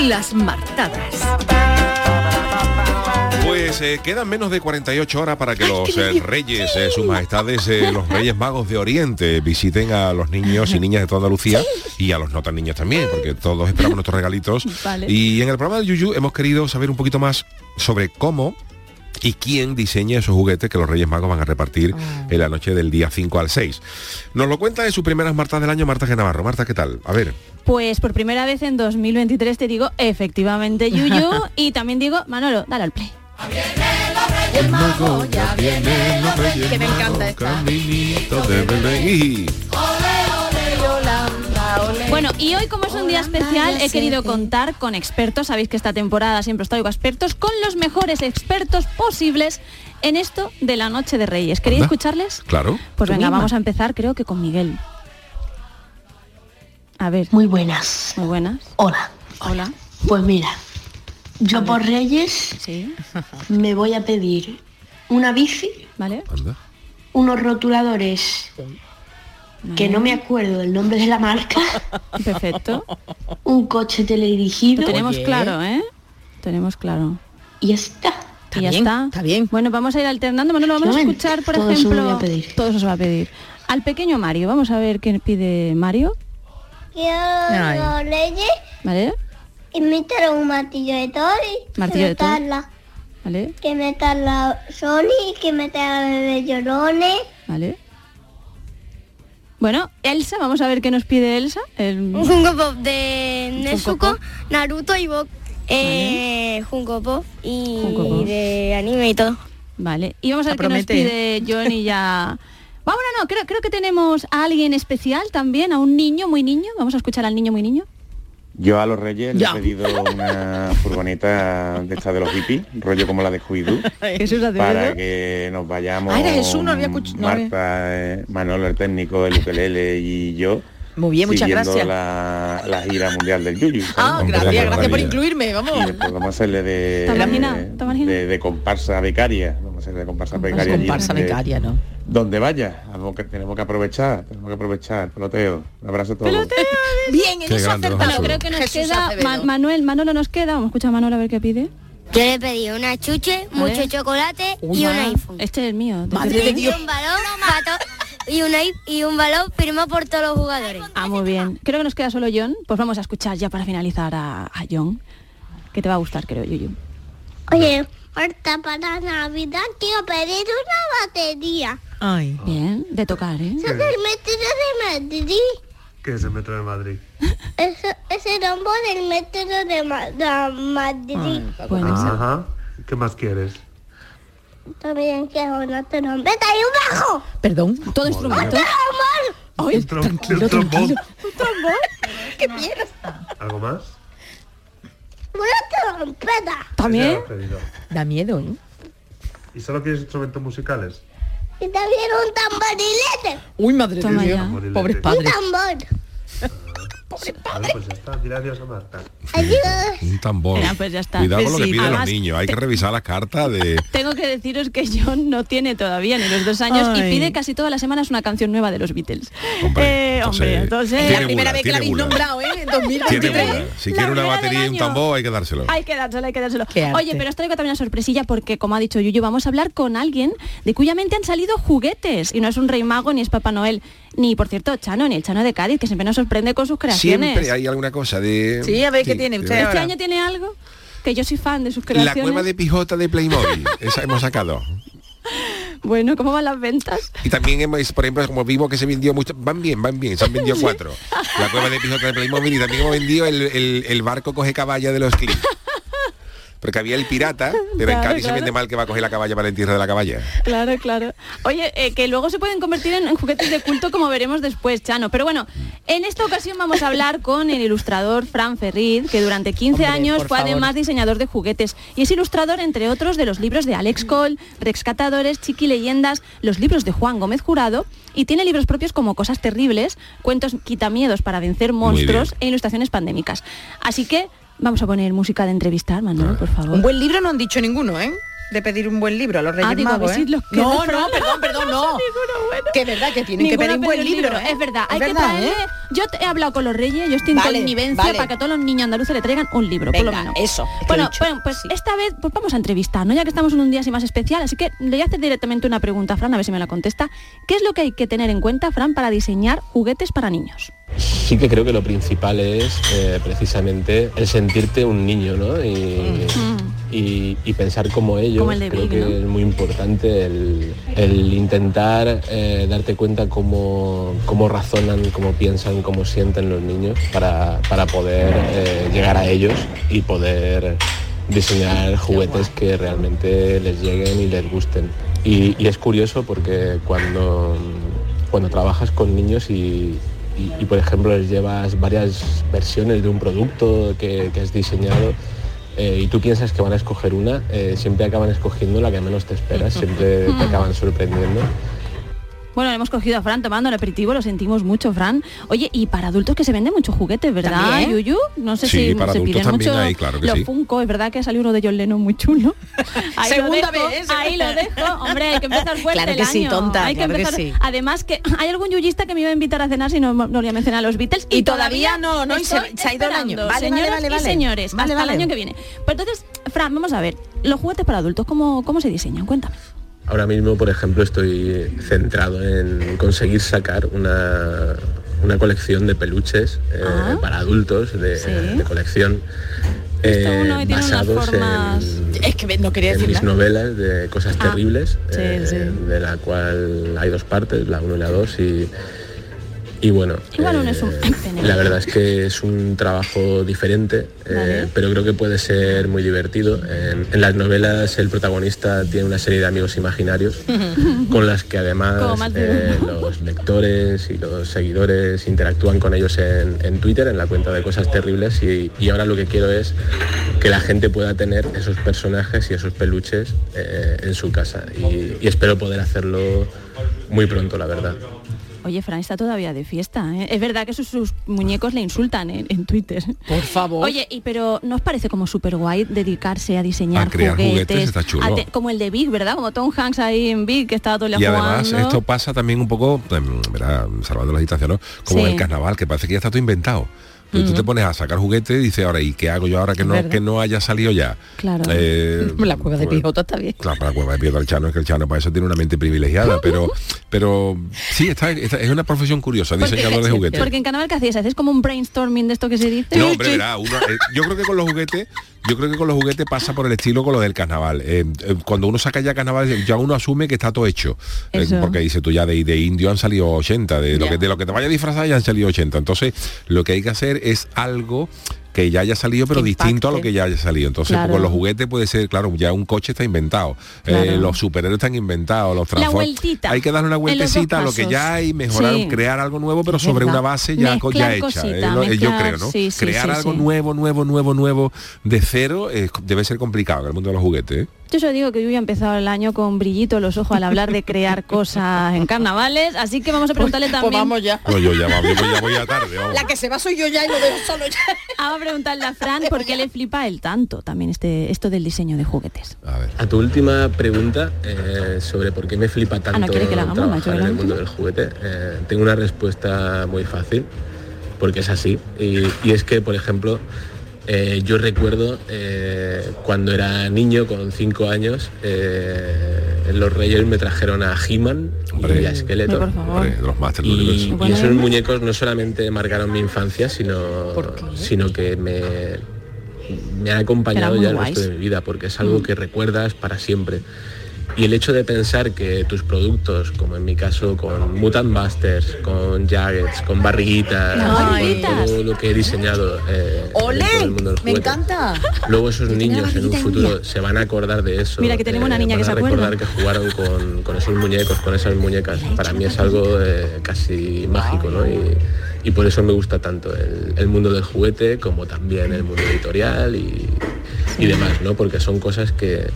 Las martadas.
Pues eh, quedan menos de 48 horas para que los eh, reyes, eh, sus majestades, eh, los reyes magos de Oriente visiten a los niños y niñas de toda Andalucía y a los no tan niños también, porque todos esperamos nuestros regalitos.
Vale.
Y en el programa del Yuyu hemos querido saber un poquito más sobre cómo y quién diseña esos juguetes que los Reyes Magos van a repartir
Ah.
en la noche del día 5 al 6. Nos lo cuenta en sus primeras martas del año Marta Genavarro. Marta, ¿qué tal? A ver.
Pues por primera vez en 2023 te digo efectivamente Yuyu y también digo Manolo, dale al play.
Que me encanta esta.
Bueno, y hoy como es un día especial, he querido contar con expertos, sabéis que esta temporada siempre os traigo expertos, con los mejores expertos posibles en esto de la Noche de Reyes. ¿Queréis
Anda.
escucharles?
Claro.
Pues venga, vamos a empezar creo que con Miguel. A ver.
Muy buenas.
Muy buenas.
Hola.
Hola.
Pues mira, yo por Reyes me voy a pedir una bici,
¿vale?
unos rotuladores que no me acuerdo del nombre de la marca.
Perfecto.
Un coche teledirigido.
Lo tenemos claro, ¿eh? Tenemos claro.
Y ya está.
Y ya está. Está bien. Bueno, vamos a ir alternando. Bueno, lo vamos a
Bueno,
escuchar, por
todo eso
ejemplo.
lo voy a pedir.
Todo eso se va a pedir. Al pequeño Mario, vamos a ver qué pide Mario, Ay.
Quiero leyes
¿vale?
y meter un martillo de Tori.
Martillo de Thor.
meterla-
¿Vale?
Que meter la Sony, que meter a bebé llorones.
¿Vale? Bueno, Elsa, vamos a ver qué nos pide Elsa. El...
Un Funko Pop de Nezuko, Naruto y Bob. Eh, Funko Pop y de anime y todo.
Vale, y vamos a ver qué nos
promete.
pide Johnny ya. Vamos, no, no, creo, creo que tenemos a alguien especial también, a un niño muy niño. Vamos a escuchar al niño muy niño.
Yo a los Reyes
Ya.
le he pedido una furgoneta de esta de los hippies, rollo como la de Scooby-Doo,
Jesús
para que nos vayamos.
Ah, era Jesús, no había escuch- no había-
Marta, eh, Manolo, el técnico, el ukelele y yo.
Muy bien, muchas
siguiendo
gracias.
La, la gira mundial del Yuyu. ¿sabes?
Ah, gracias, gracias por incluirme, vamos.
Y después vamos a hacerle de,
Está marginado,
de-
está marginado.
de comparsa becaria. Vamos a hacerle de comparsa becaria. allí
comparsa
donde-
becaria, ¿no?
Donde vaya, algo que tenemos que aprovechar, tenemos que aprovechar. Peloteo, un abrazo a todos.
Bien,
Qué grande,
Bueno,
Jesús.
creo que nos
Ah, Jesús
queda
Acevedo.
Ma- Manuel, Manolo nos queda. Vamos a escuchar a Manolo a ver qué pide.
Yo le he pedido una chuche, mucho chocolate y un iPhone.
Este es el mío.
Le he pedido un balón para y, una, y un balón firmado por todos los jugadores.
Ah, muy bien. Creo que nos queda solo John. Pues vamos a escuchar ya para finalizar a, a John, que te va a gustar, creo, Yuyu.
Oye, ahorita para Navidad quiero pedir una batería.
Ay. Bien, de tocar, ¿eh?
Eso que el metro de Madrid.
¿Qué es el metro de Madrid?
Eso, ese rombo del metro de, Ma- de Madrid.
Ajá. ¿Qué más quieres?
También quiero una trompeta y un bajo.
Perdón, todo
¡Otro
instrumento.
amor!
Ay,
trom-
tranquilo,
un trombón.
tranquilo.
¡Un trombón! ¡Qué mierda!
¿Algo más?
¡Una trompeta!
Ya
También
lo he pedido.
da miedo, ¿eh?
¿Y solo quieres instrumentos musicales?
Y también un tamborilete.
Uy, madre
Toma
de Dios.
ya. Morirle.
Pobres
Un
padres.
tambor.
Vale, pues ya está. Dile adiós a Marta.
Adiós.
Un tambor.
Mira, pues ya está.
Cuidado con lo que
Sí,
piden
además,
los niños. Hay que revisar las cartas de...
Tengo que deciros que John no tiene todavía ni los dos años
Ay.
y pide casi todas las semanas una canción nueva de los Beatles.
Hombre,
Eh,
entonces,
hombre, entonces-
tiene
La primera
bula,
vez que
tiene
la habéis
bula.
nombrado, ¿eh? En
Tiene
2023.
bula. Si
La
quiere una
primera del
batería y un
año.
tambor hay que dárselo.
Hay que dárselo, hay que dárselo.
arte.
Oye, pero os traigo también una sorpresilla porque, como ha dicho Yuyu, vamos a hablar con alguien de cuya mente han salido juguetes. Y no es un rey mago, ni es Papá Noel, ni, por cierto, Chano, ni el Chano de Cádiz, que siempre nos sorprende con sus creaciones.
Siempre hay eh, alguna cosa de...
Sí, a ver qué tiene
de-
usted
¿Este
ahora.
año tiene algo? Que yo soy fan de sus
La
creaciones.
cueva de pijota de Playmobil. Esa hemos sacado.
Bueno, ¿cómo van las ventas?
Y también hemos, por ejemplo, como vimos que se vendió mucho, van bien, van bien, se han vendido cuatro. La cueva de pijota de Playmobil y también hemos vendido el, el- el barco coge caballa de los clips. Porque había el pirata, pero en
Claro,
Cádiz se
claro.
vende mal que va a coger la caballa para el entierro de la caballa.
Claro, claro. Oye, eh, que luego se pueden convertir en, en juguetes de culto como veremos después, Chano. Pero bueno, en esta ocasión vamos a hablar con el ilustrador Fran Ferrid, que durante 15
Hombre,
años
por
fue
favor.
además diseñador de juguetes y es ilustrador, entre otros, de los libros de Alex Cole, Rescatadores, Chiqui Leyendas, los libros de Juan Gómez Jurado y tiene libros propios como Cosas Terribles, Cuentos Quitamiedos para vencer monstruos e ilustraciones pandémicas. Así que vamos a poner música de entrevistar, Manuel, por favor.
Un buen libro no han dicho ninguno, ¿eh? De pedir un buen libro a los Reyes
Ah, digo, a
Magos,
ver
¿eh?
si los que
No,
refrán-
no, perdón, perdón, no. Que es verdad que tienen que
Ninguno
pedir un
ha
buen
pedido
libro.
el
¿eh?
Es verdad, hay
verdad,
que traerle...
¿eh?
Yo te- he hablado con los reyes, yo estoy en
Vale,
connivencia
vale.
para que a todos los niños andaluces le traigan un libro, por lo
Venga,
menos.
eso, es que lo he
Bueno,
dicho.
bueno, pues esta vez pues vamos a entrevistar, ¿no? Ya que estamos en un día así más especial, así que le voy a hacer directamente una pregunta a Fran, a ver si me la contesta. ¿Qué es lo que hay que tener en cuenta, Fran, para diseñar juguetes para niños?
Sí que creo que lo principal es eh, precisamente el sentirte un niño, ¿no? Y, y- y pensar como ellos.
Como el de
creo
Big,
que
¿no?
es muy importante el, el intentar eh, darte cuenta cómo, cómo razonan, cómo piensan, cómo sienten los niños para, para poder eh, llegar a ellos y poder diseñar juguetes que realmente les lleguen y les gusten. Y, y es curioso porque cuando, cuando trabajas con niños y, y- y, por ejemplo les llevas varias versiones de un producto que, que has diseñado eh, y tú piensas que van a escoger una, eh, siempre acaban escogiendo la que menos te esperas, siempre te acaban sorprendiendo.
Bueno, hemos cogido a Fran tomando el aperitivo, lo sentimos mucho, Fran. Oye, y para adultos que se venden muchos juguetes, ¿verdad, eh,
También.
Yuyu? No sé
Sí,
si
para
se
adultos
piden
también
mucho
hay, claro que
los
sí.
Funko, es verdad que salió uno de John Lennon muy chulo. Ahí
Segunda
lo dejo,
vez, ¿eh?
Ahí lo dejo, hombre, hay que empezar fuerte
Claro
el
que sí,
año.
tonta,
hay
claro que
empezar-
sí.
Además que hay algún yuyista que me iba a invitar a cenar si no, no le iba a mencionar a los Beatles
Y todavía no, no, y se-
estoy
se ha ido el año. Vale, vale,
esperando, señoras
vale,
y
vale.
señores,
Vale,
hasta
vale.
el año que viene. Pero entonces, Fran, vamos a ver, los juguetes para adultos cómo cómo se diseñan? Cuéntame.
Ahora mismo, por ejemplo, estoy centrado en conseguir sacar una, una colección de peluches eh,
Ah.
para adultos de, eh,
Sí.
de colección
Esto
eh,
uno que tiene unas
basados
formas...
en
Es que no quería
en
decir
mis
nada.
novelas de
Ah,
cosas terribles,
sí,
eh,
sí.
de la cual hay dos partes, la 1 y la 2, y, y bueno,
Igual uno es
Eh,
un
la verdad es que es un trabajo diferente, eh, pero creo que puede ser muy divertido. En, en las novelas el protagonista tiene una serie de amigos imaginarios con las que
Como
además
más de
eh, los lectores y los seguidores interactúan con ellos en, en Twitter, en la cuenta de cosas terribles y, y ahora lo que quiero es que la gente pueda tener esos personajes y esos peluches eh, en su casa y, y espero poder hacerlo muy pronto, la verdad.
Oye, Fran está todavía de fiesta. ¿eh? Es verdad que sus, sus muñecos le insultan ¿eh? en, en Twitter.
Por favor.
Oye, y pero ¿no os parece como súper guay dedicarse a diseñar
A crear
juguetes?
juguetes, está chulo.
a te- como el de Big, ¿verdad? Como Tom Hanks ahí en Big, que estaba todo el día
Y además
jugando.
esto pasa también un poco, em, verá, salvando la distancia, ¿no? Como
Sí.
en el carnaval, que parece que ya está todo inventado. Pero tú
Ujú.
te pones a sacar juguetes y dices, ahora, ¿y qué hago yo ahora que
Es
no,
verdad.
que no haya salido ya?
Claro.
Eh,
la cueva de pijota está bien.
Claro, para la cueva de piedra el Chano, es que el Chano para eso tiene una mente privilegiada, pero pero sí, está, está- es una profesión curiosa, diseñador de juguetes.
Porque en Carnaval, ¿qué hacías? ¿Hacías como un brainstorming de esto que se dice?
No, hombre, verá, uno, eh, yo creo que con los juguetes, yo creo que con los juguetes pasa por el estilo con lo del carnaval. Eh, eh, cuando uno saca ya carnaval, ya uno asume que está todo hecho. Eh,
Eso.
porque dice tú ya de, de indio han salido 80, de lo, que, de lo que te vaya a disfrazar ya han salido 80. Entonces, lo que hay que hacer es algo que ya haya salido pero distinto a lo que ya haya salido entonces
Claro.
con los juguetes puede ser claro ya un coche está inventado eh,
Claro.
los superhéroes están inventados los transform-
vueltita.
hay que darle una
En los dos
vueltecita a lo que
pasos.
ya hay mejorar
Sí.
crear algo nuevo pero sobre una
verdad.
base ya, co- ya
Mezclar
hecha
cositas,
eh, lo- eh, yo
mezclar-
creo no
sí, sí,
crear
sí,
algo
sí.
nuevo nuevo nuevo nuevo de cero eh, debe ser complicado en el mundo de los juguetes ¿eh?
Yo ya digo que yo ya he empezado el año con brillito en los ojos al hablar de crear cosas en carnavales, así que vamos a preguntarle también.
Pues, vamos ya.
No, yo ya, yo ya voy a tarde vamos.
La que se va soy yo ya y lo veo solo ya.
Vamos a preguntarle a Fran por qué le flipa el tanto también este esto del diseño de juguetes.
A,
tu última pregunta eh, sobre por qué me flipa tanto
¿quiere que la hagamos? Ah, No, yo
trabajar
la
en el
última.
mundo del juguete, eh, tengo una respuesta muy fácil, porque es así. Y, y es que, por ejemplo, eh, yo recuerdo eh, cuando era niño, con cinco años, eh, los reyes me trajeron a He-Man y a Skeletor.
Hombre, de los Masters del
Y,
Universo
y
¿eh?
esos muñecos no solamente marcaron mi infancia, sino, sino que me, me ha
Eran
acompañado
muy
ya el resto
guays.
de mi vida, porque es algo que recuerdas para siempre. Y el hecho de pensar que tus productos, como en mi caso con Mutant Busters, con Jaggets, con barriguitas,
Las
con
barriguitas.
todo lo que he diseñado eh,
¡Ole!
dentro del mundo del
Me
juguete,
encanta.
Luego esos niños en un
barriguita
futuro
india.
se van a acordar de eso. eh,
Mira, que tenemos una niña
van
que
a
se acuerda.
recordar que jugaron con, con esos muñecos, con esas muñecas. Para mí es algo eh, casi mágico, ¿no? Y, y por eso me gusta tanto el, el mundo del juguete como también el mundo editorial y, y demás, ¿no? Porque son cosas que,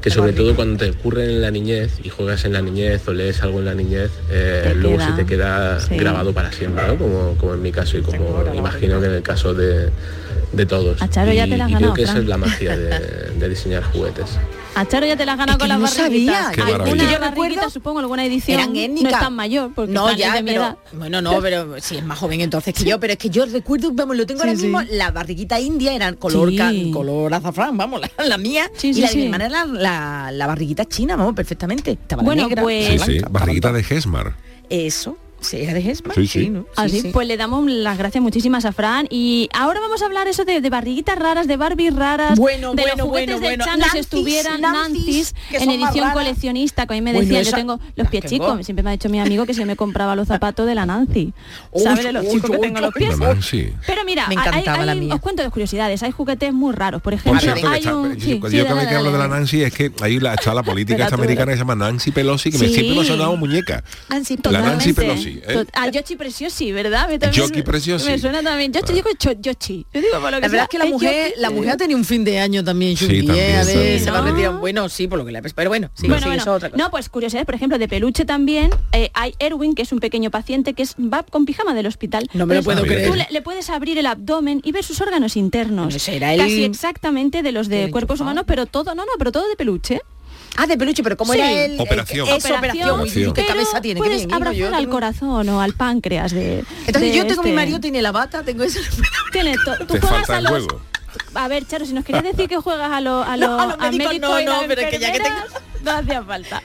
que sobre todo cuando te ocurren en la niñez y juegas en la niñez o lees algo en la niñez, eh,
Te
luego
queda,
se te queda
sí.
grabado para siempre, ¿no? Como, como en mi caso y como imagino que en el caso de, de todos.
A Charo ya
Y-
te la has
y creo
ganado,
que esa
Fran.
es la magia de, de diseñar juguetes.
A Charo ya te la has ganado
Es que
con las
no
barriguitas.
sabía. Qué
Alguna
maravilla. Yo
barriguita, supongo, alguna edición.
Eran
No
étnicas.
es tan mayor, porque
no,
Fran es
ya,
de mi
pero,
edad.
bueno, no, pero si es más joven entonces que yo, pero es que yo recuerdo, vamos, lo tengo ahora mismo, la barriguita india era color,
Sí.
ca- color azafrán, vamos, la, la mía, y
sí,
la de mi
sí.
hermana era la, la barriguita china, vamos, perfectamente, estaba la
Bueno,
negra,
pues-
la
sí, sí,
blanca.
barriguita de Gesmar
eso, sí, era de Gesma,
Sí,
sí,
sí.
¿no? Sí,
Así,
sí.
pues le damos las gracias muchísimas a Fran y ahora vamos a hablar eso de, de barriguitas raras, de Barbie raras,
Bueno,
de
bueno,
los juguetes
bueno, bueno.
del Chano si
Nancy's,
estuvieran Nancy's,
Nancy's, que
en
son más
edición
raras.
coleccionista, que a mí me
Bueno,
decían, yo
esa-
tengo los pies
tengo.
chicos, siempre me ha dicho mi amigo que se me compraba los zapatos de la Nancy.
Uy,
¿Sabes de los
uy,
chicos que
uy,
tengo los
uy.
pies?
Además, sí.
Pero mira,
Me
hay-
encantaba
hay-
la mía.
os cuento dos curiosidades, hay juguetes muy raros, por
Por
ejemplo,
cierto, que
hay
está-
un...
yo-
sí,
yo
sí,
cada
dale,
vez que hablo de la
dale, dale.
Nancy es que ahí la, está la política esta
Verdad, tú,
americana que se llama Nancy Pelosi, que me,
Sí.
siempre me ha sonado muñeca.
Nancy,
La Nancy
totalmente.
Pelosi, ¿eh?
To- A Yoshi Preciosi, ¿verdad? A mí también
Yoki Preciosi.
Me suena también. Yo digo cho- Yoshi. Yo digo, por
La
lo
verdad
sea,
es que la mujer,
Yoshi.
la mujer ha tenido un fin de año también,
Sí,
Judy, ¿eh?
también,
a ver,
sí.
se va a
¿No?
retirar. Bueno, sí, por lo que la pero bueno, sí,
bueno,
sí,
bueno.
eso es otra cosa.
No, pues curiosidades, por ejemplo, de peluche también. eh, hay Erwin, que es un pequeño paciente que es, va con pijama del hospital.
No me lo
Entonces,
puedo
tú
creer.
Le, le puedes abrir el abdomen y ver sus órganos internos.
será el-
Casi exactamente de los de cuerpos humanos, pero todo, no, no, pero todo de peluche.
Ah, de peluche, pero ¿cómo
Sí.
era el...?
Operación.
Es operación. Uy,
Operación.
¿Qué
Pero
cabeza tiene? Qué
puedes
bien, hijo,
abrazar
yo
al
tengo-
corazón o al páncreas de
Entonces
de
yo tengo mi
este-
marido, tiene la bata, tengo eso.
Tiene to- tú
Te
juegas
falta
a
el
los
juego.
A ver, Charo, si nos querías decir que juegas a los
No,
a los
a los
a
médicos
médicos
no,
y las
no, pero es que ya que
enfermeras, no hacía falta.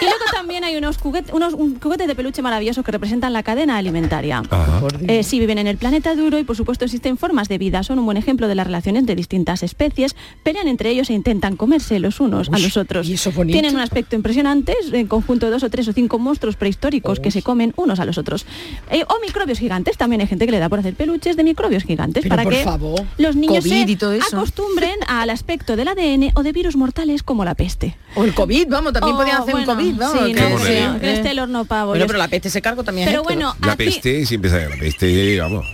Y luego también hay unos juguetes, unos un- juguetes de peluche maravillosos que representan la cadena alimentaria.
Ajá.
Eh, sí, viven en el planeta duro y por supuesto existen formas de vida. Son un buen ejemplo de las relaciones de distintas especies. Pelean entre ellos e intentan comerse los unos a los otros. Tienen un aspecto impresionante, es en conjunto de dos o tres o cinco monstruos prehistóricos que se comen unos a los otros. Eh, o microbios gigantes, también hay gente que le da por hacer peluches de microbios gigantes
Pero
para
por
que
favor,
los niños
COVID
se
y todo eso.
acostumbren al aspecto del ADN o de virus mortales como la peste.
O el COVID, vamos, también
O,
podían hacer
bueno,
un COVID, vamos.
sí,
que-
no,
sí,
que- que
eh.
esté el horno pavo.
Bueno,
y
pero
es-
la peste se cargo también ¿eh? es
Pero
esto,
bueno,
La
a ti-
peste, siempre se la peste, vamos.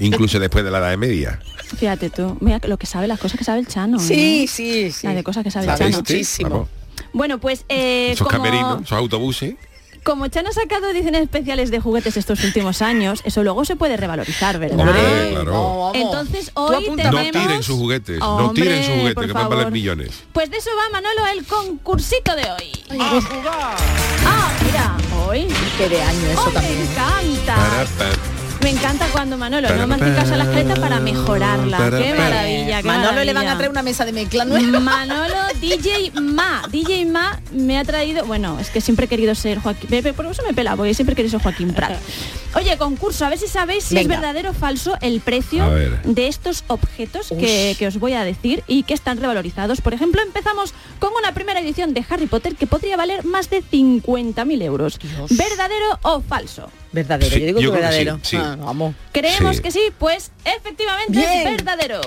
Incluso después de la Edad Media.
Fíjate tú, mira lo que sabe, las cosas que sabe el Chano.
Sí,
¿eh?
sí, sí.
La de cosas que sabe
La
el Chano.
peste, vamos,
Bueno, pues eh,
esos
como-
camerinos, esos autobuses.
Como Chan ha sacado ediciones especiales de juguetes estos últimos años, eso luego se puede revalorizar, ¿verdad?
Hombre, Ay, claro. vamos,
Entonces hoy
No
tenemos...
tiren sus juguetes, no
Hombre,
tiren sus
por
juguetes, que van a
favor.
valer millones.
Pues de eso va Manolo el concursito de hoy. Ah, mira, hoy.
Qué de año eso
también. Me encanta.
Para, pa.
Me encanta cuando Manolo no me hace caso a las caretas para mejorarla. Qué maravilla. qué
Manolo le van
maravilla.
a traer una mesa de mezcla nueva.
Manolo DJ Ma, DJ Ma me ha traído, bueno, es que siempre he querido ser Joaquín, pe- pe- por eso me pela, porque siempre he querido ser Joaquín Prat. Oye, concurso, a ver si sabéis si
Venga.
es verdadero o falso el precio
A ver.
de estos objetos que,
Ush.
que os voy a decir y que están revalorizados. Por ejemplo, empezamos con una primera edición de Harry Potter que podría valer más de 50.000 euros. ¿Verdadero o falso?
Verdadero,
Sí,
yo digo
yo
que
creo que
verdadero.
sí, sí.
Ah, vamos.
Creemos
Sí.
que sí, pues efectivamente
Bien.
es verdadero.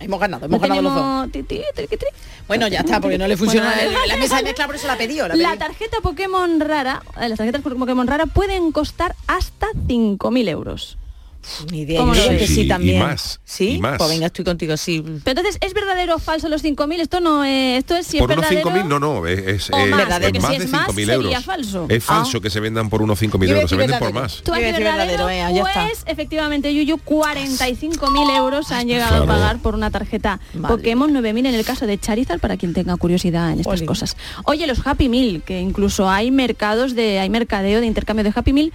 Hemos ganado, hemos
No
ganado los
tenemos
dos.
ti, ti, tri, tri, tri.
Bueno, ya está, porque no le funciona
Bueno, vale.
la- la mesa de mezcla, por eso la pedió. La,
La
pedí.
tarjeta Pokémon rara, eh, las tarjetas Pokémon rara pueden costar hasta 5.000 euros.
Ni idea,
¿Cómo
yo
lo
creo que
ves?
sí,
Sí, y
también.
más,
¿Sí?
y más.
Pues venga, estoy contigo, sí.
Pero entonces, ¿es verdadero o falso los 5.000? Esto no es, esto es si
por
es
unos
verdadero.
5.000, no, no, es, es,
o
es-
más,
es
porque
más
si
de
es más,
5.000
sería
euros.
falso.
Es falso
Ah.
que se vendan por unos 5.000 euros, se venden por más.
Tú
Yo iba a
has dicho
decir
verdadero,
verdadero, eh, ya está.
pues efectivamente, Yuyu, 45.000 euros han llegado a
Claro.
pagar por una tarjeta Pokémon, 9.000 en el caso de Charizard, para quien tenga curiosidad en estas cosas. Oye, los Happy Meal, que incluso hay mercados de, hay mercadeo de intercambio de Happy Meal.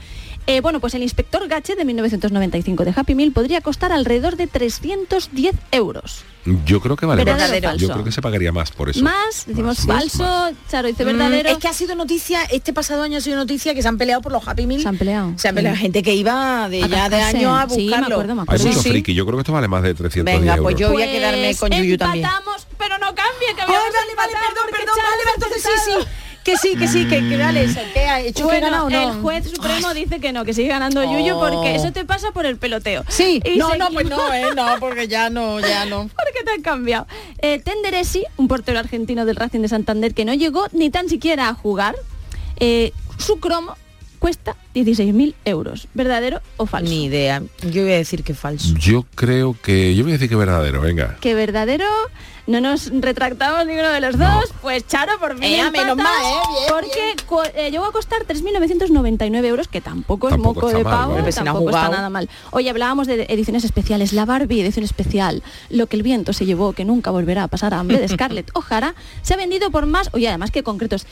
Eh, bueno, pues el inspector Gachet de 1995 de Happy Meal podría costar alrededor de 310 euros.
Yo creo que vale más.
¿Verdadero o
Yo
falso?
creo que se pagaría más por eso.
Más, decimos
más,
falso, Charo dice
Mm,
verdadero.
es que ha sido noticia, este pasado año ha sido noticia que se han peleado por los Happy Meal. Se han
peleado.
Se han peleado
sí.
gente que iba de ya
A
de
cascarse.
año a
Sí, me
buscarlo.
acuerdo, me
Hay
pues Sí,
mucho
sí.
friki, yo creo que esto vale más de 300
Venga,
euros.
pues yo voy a quedarme con Yuyu también.
Empatamos, pero no cambie, que
Ay,
habíamos
vale, vale,
empatado
perdón,
porque
perdón,
Charo
vale,
está
entonces sí,
empatado.
sí. Que sí, que sí, que, que vale, que ha hecho que he
Bueno,
ganado, ¿no? Oh.
el juez supremo dice que no, que sigue ganando Yuyu porque eso te pasa por el peloteo.
Sí,
Y
no, no,
seguimos.
pues no, eh, no, porque ya no, ya no.
¿Por qué te han cambiado? Eh, Tenderesi, un portero argentino del Racing de Santander que no llegó ni tan siquiera a jugar, eh, su cromo cuesta 16.000 euros. ¿Verdadero o falso?
Ni idea. Yo voy a decir que falso.
Yo creo que... Yo voy a decir que es verdadero, venga.
Que verdadero, no nos retractamos ninguno de los dos, pues Charo por mí.
Eh,
empatas,
menos mal, eh, bien,
porque cu- eh, llegó a costar 3.999 euros, que tampoco es
Tampoco
moco
está
de
mal, ¿eh?
pavo,
¿vale? Hombre, Pues, si no ha
tampoco está
jugado.
nada mal. Oye, hablábamos de ediciones especiales, la Barbie edición especial, lo que el viento se llevó, que nunca volverá a pasar hambre de Scarlett O'Hara, se ha vendido por más, oye, además que concretos,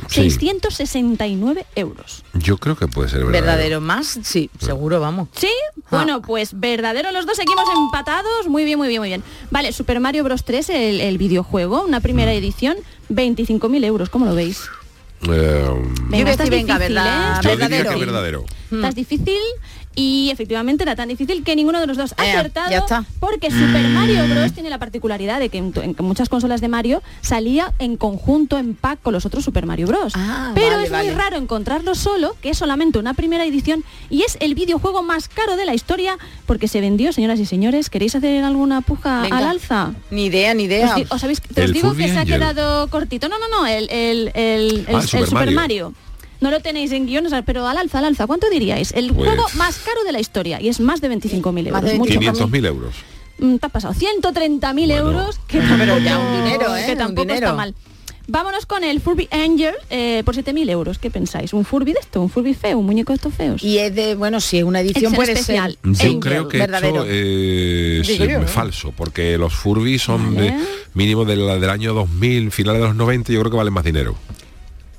669 euros.
Yo creo que puede ser verdadero.
¿Verdadero más? Sí, seguro, vamos.
¿Sí? Bueno, pues verdadero los dos, seguimos empatados. Muy bien, muy bien, muy bien. Vale, Super Mario Bros. 3, el, el videojuego, una primera edición, 25.000 euros, ¿cómo lo veis?
Eh,
Yo voy a
estás
decir, venga,
difícil,
verdad-
¿eh?
yo diría que verdadero.
Mm.
Estás difícil y efectivamente era tan difícil que ninguno de los dos ha acertado
Eh, ya está.
porque Super Mario Bros. tiene la particularidad de que en, to- en muchas consolas de Mario salía en conjunto, en pack con los otros Super Mario Bros. Pero
Ah, vale,
es muy
vale.
raro encontrarlo solo, que es solamente una primera edición y es el videojuego más caro de la historia porque se vendió, señoras y señores. ¿Queréis hacer alguna puja
Venga.
al alza?
Ni idea, ni idea.
Os, di- os habéis- te os
El
digo
Food
que se ha
Angel.
quedado cortito. No, no, no, el, el- el-
Ah,
el-
el Super
el Super
Mario.
Mario. No lo tenéis en guiones, pero al alza, al alza, ¿cuánto diríais? El
Pues-
juego más caro de la historia y es más de 25.000 euros. mucho.
500.000 euros.
Mm, te has pasado 130.000 euros que
Pero ya
tampoco-
un dinero, ¿eh?
que
Un
tampoco
dinero.
está mal vámonos con el Furby Angel eh, por 7.000 euros qué pensáis un Furby de esto un Furby feo un muñeco de estos feos
Y es de, bueno, si es una edición
Edición
puede
especial.
ser.
Yo
Angel,
creo que
verdadero.
esto eh, es
Digo yo,
eh,
¿no?
falso, porque los Furby son
Vale.
de- mínimo del, del año 2000, finales de los 90, yo creo que valen más dinero.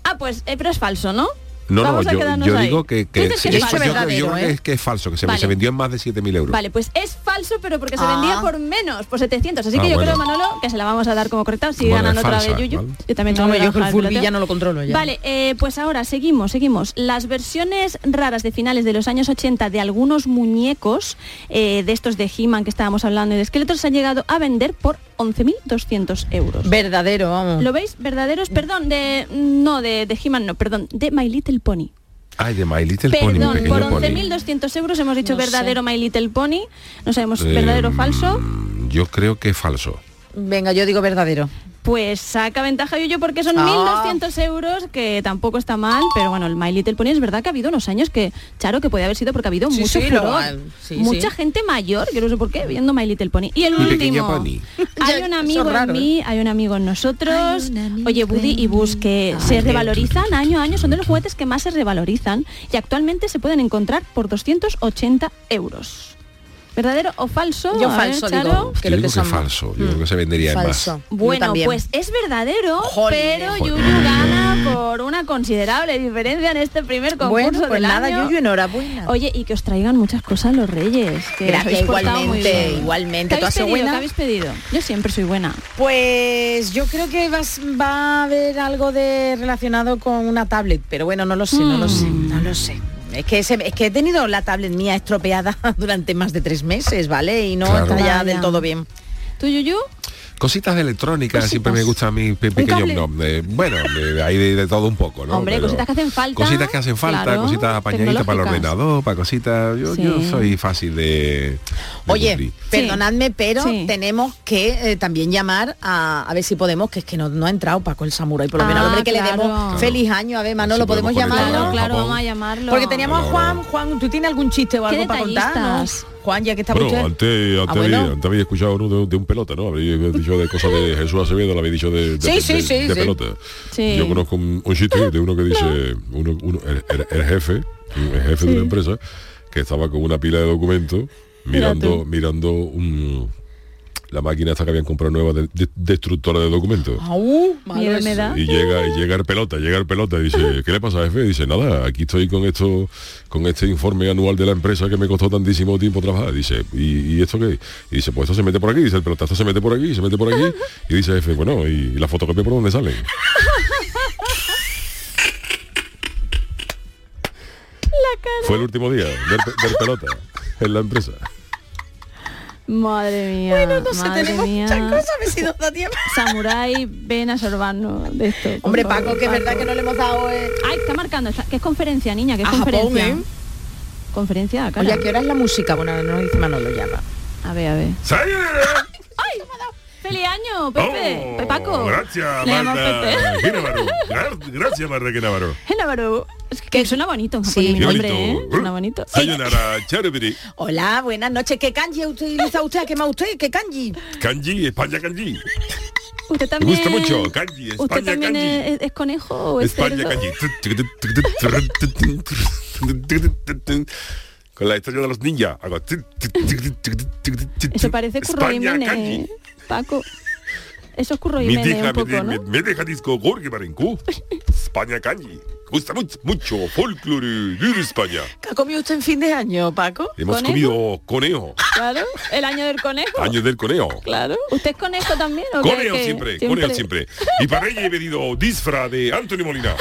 ah pues eh, pero es falso ¿no?
No,
Vamos
no,
a
yo,
quedarnos
yo
ahí.
digo que,
Tú
que
dices
sí,
que es
yo creo- yo creo,
verdadero, ¿eh?
que es falso, que se,
Vale.
se vendió en más de 7.000 euros.
Vale, pues es falso, pero porque se
Ah.
vendía por menos, por 700. Así que
Ah,
yo
bueno.
creo, Manolo, que se la vamos a dar como correcta. Sigue
Bueno, es
ganando otra
falsa,
vez Yuyu.
¿vale?
Yo también
No,
tengo que
yo con
bajar
el
el
Furby
peloteo.
ya no lo controlo ya.
Vale, eh, pues ahora seguimos, seguimos. Las versiones raras de finales de los años 80 de algunos muñecos, eh, de estos de He-Man que estábamos hablando y de esqueletos, se han llegado a vender por 11.200 euros.
Verdadero, vamos.
¿Lo veis? Verdaderos, perdón, de... No, de, de He-Man no, perdón, de My Little Pony.
Ay, de My Little Pony, mi
Perdón,
pequeño
por
pony.
11.200 euros hemos dicho
No sé.
verdadero My Little Pony. No sabemos
Eh,
verdadero o falso.
Yo creo que es falso.
Venga, yo digo verdadero.
Pues saca ventaja yo porque son
Ah.
1.200 euros, que tampoco está mal, pero bueno, el My Little Pony es verdad que ha habido unos años que, Charo, que puede haber sido porque ha habido
Sí,
mucho
sí, lo
furor.
ha- sí,
mucha
sí.
gente mayor, que no sé por qué, viendo My Little Pony. Y el
Mi pequeño
último,
pony.
hay un amigo
raro, ¿eh?
en mí, hay un amigo en nosotros, oye, Buddy y Bus, que se revalorizan año a año, son de los juguetes que más se revalorizan y actualmente se pueden encontrar por 280 euros. ¿Verdadero o falso?
Yo
A
falso digo.
Charo.
Yo digo que falso, yo creo que se vendería en más.
Falso. Yo
Mm. Bueno,
también.
pues es verdadero, pero
Joder.
Yuyu gana por una considerable diferencia en este primer concurso
Bueno, pues
del
nada,
año.
Yuyu, enhorabuena.
Oye, y que os traigan muchas cosas los reyes. Que
Gracias,
os habéis portado muy
igualmente,
bien.
igualmente.
¿Qué
¿Tú has
habéis
sido
pedido?
buena?
¿Qué habéis pedido? Yo siempre soy buena.
Pues yo creo que vas- va a haber algo de relacionado con una tablet, pero bueno, no lo sé, no lo sé, no lo sé. Es que, se- es que he tenido la tablet mía estropeada durante más de tres meses, ¿vale? Y no
Claro.
está ya
Vaya.
del todo bien.
¿Tú, Yuyu?
Cositas de electrónica siempre me gusta a mí pe- pequeño
cable?
no, de- bueno, de, de ahí de, de todo un poco, ¿no?
Hombre,
Pero
cositas que hacen falta.
cositas que hacen falta,
claro,
cositas apañaditas para el
tecnológicas.
ordenador, para cositas. Yo,
Sí.
yo soy fácil de, de
Oye,
cumplir.
perdonadme, pero
Sí.
tenemos que eh, también llamar a, a ver si podemos, que es que no, no ha entrado Paco el Samurai, por lo menos
Ah,
al hombre que le
claro.
demos
Claro.
feliz año, a ver, Manolo, podemos,
podemos
llamarlo.
conectar a Claro, claro, Japón. vamos a llamarlo.
Porque teníamos a Juan, Juan, ¿tú tienes algún chiste o
Qué
algo para contarnos?
detallistas.
Juan, ya que está
Bueno, antes, antes,
Ah, bueno.
había, antes había escuchado uno de, de un pelota, ¿no? Habría dicho de cosas de Jesús Acevedo, lo había dicho de, de-
Sí,
de-
sí,
de-
sí,
de
sí.
pelota.
Sí.
Yo conozco un, un sitio de uno que dice, uno, uno, el, el- el jefe, el jefe de una empresa, que estaba con una pila de documentos
Mira
mirando,
tú.
mirando un- la máquina esta que habían comprado nueva de, de- destructora de documentos.
Au, madre
Miedo me da.
Y llega, y llega el pelota, llega el pelota y dice, ¿qué le pasa, jefe? Y dice, nada, aquí estoy con esto, con este informe anual de la empresa que me costó tantísimo tiempo trabajar. Dice, ¿y, y esto qué? Y dice, pues esto se mete por aquí, dice el pelota, esto se mete por aquí, se mete por aquí. Y dice, jefe, bueno, ¿y, la fotocopia por dónde sale? Fue el último día del, pe- del pelota en la empresa.
Madre mía.
Bueno, no sé,
madre
tenemos
mía.
muchas cosas, a ver si nos da tiempo.
Samurai, ven a sorbarnos de esto. por
Hombre,
favor,
Paco, que es verdad que no le hemos dado... eh,
Ay, está marcando, está- que es conferencia, niña, que es
A Japón,
conferencia.
¿eh?
Conferencia, cara.
Oye, ¿a qué hora es la música? Bueno, ahora no dice Manolo ya va.
A ver, a ver. ¡Ay! ¡Feliz año, Pepe! Pe- Paco.
Oh, Gracias,
Le llamo
Marta
Pepe.
Genávaro. Gra- Gracias, Marta Genávaro.
Genávaro. Es que suena bonito en japonés
Qué
mi nombre, ¿eh?
bonito.
Suena bonito.
Sayonara, Charibiri.
Hola, buenas noches. ¿Qué kanji utiliza usted? ¿A qué más usted? ¿Qué kanji?
Kanji, España kanji.
Usted
Me
también...
gusta mucho. Kanji,
¿Usted
España
también
kanji.
es, es conejo o es
España
cerdo?
calle. Con la historia de los ninjas. hago tic, tic, tic, tic, tic, tic, tic, tic,
Eso parece Curro
España,
Jiménez,
calle.
Paco. Eso es Curro
Mi
Jiménez
deja,
un
me,
poco,
de-
¿no?
me, me deja disco Gorge Marenco. España calle. Gusta mucho, mucho folclore de España.
¿Qué ha comido usted en fin de año, Paco?
Hemos comido conejo.
Claro, el año del conejo.
Año del conejo.
Ah. Claro. ¿Usted es conejo también o qué?
Conejo
¿Qué?
siempre, conejo siempre. Y para ella he pedido disfraz de Antonio Molina.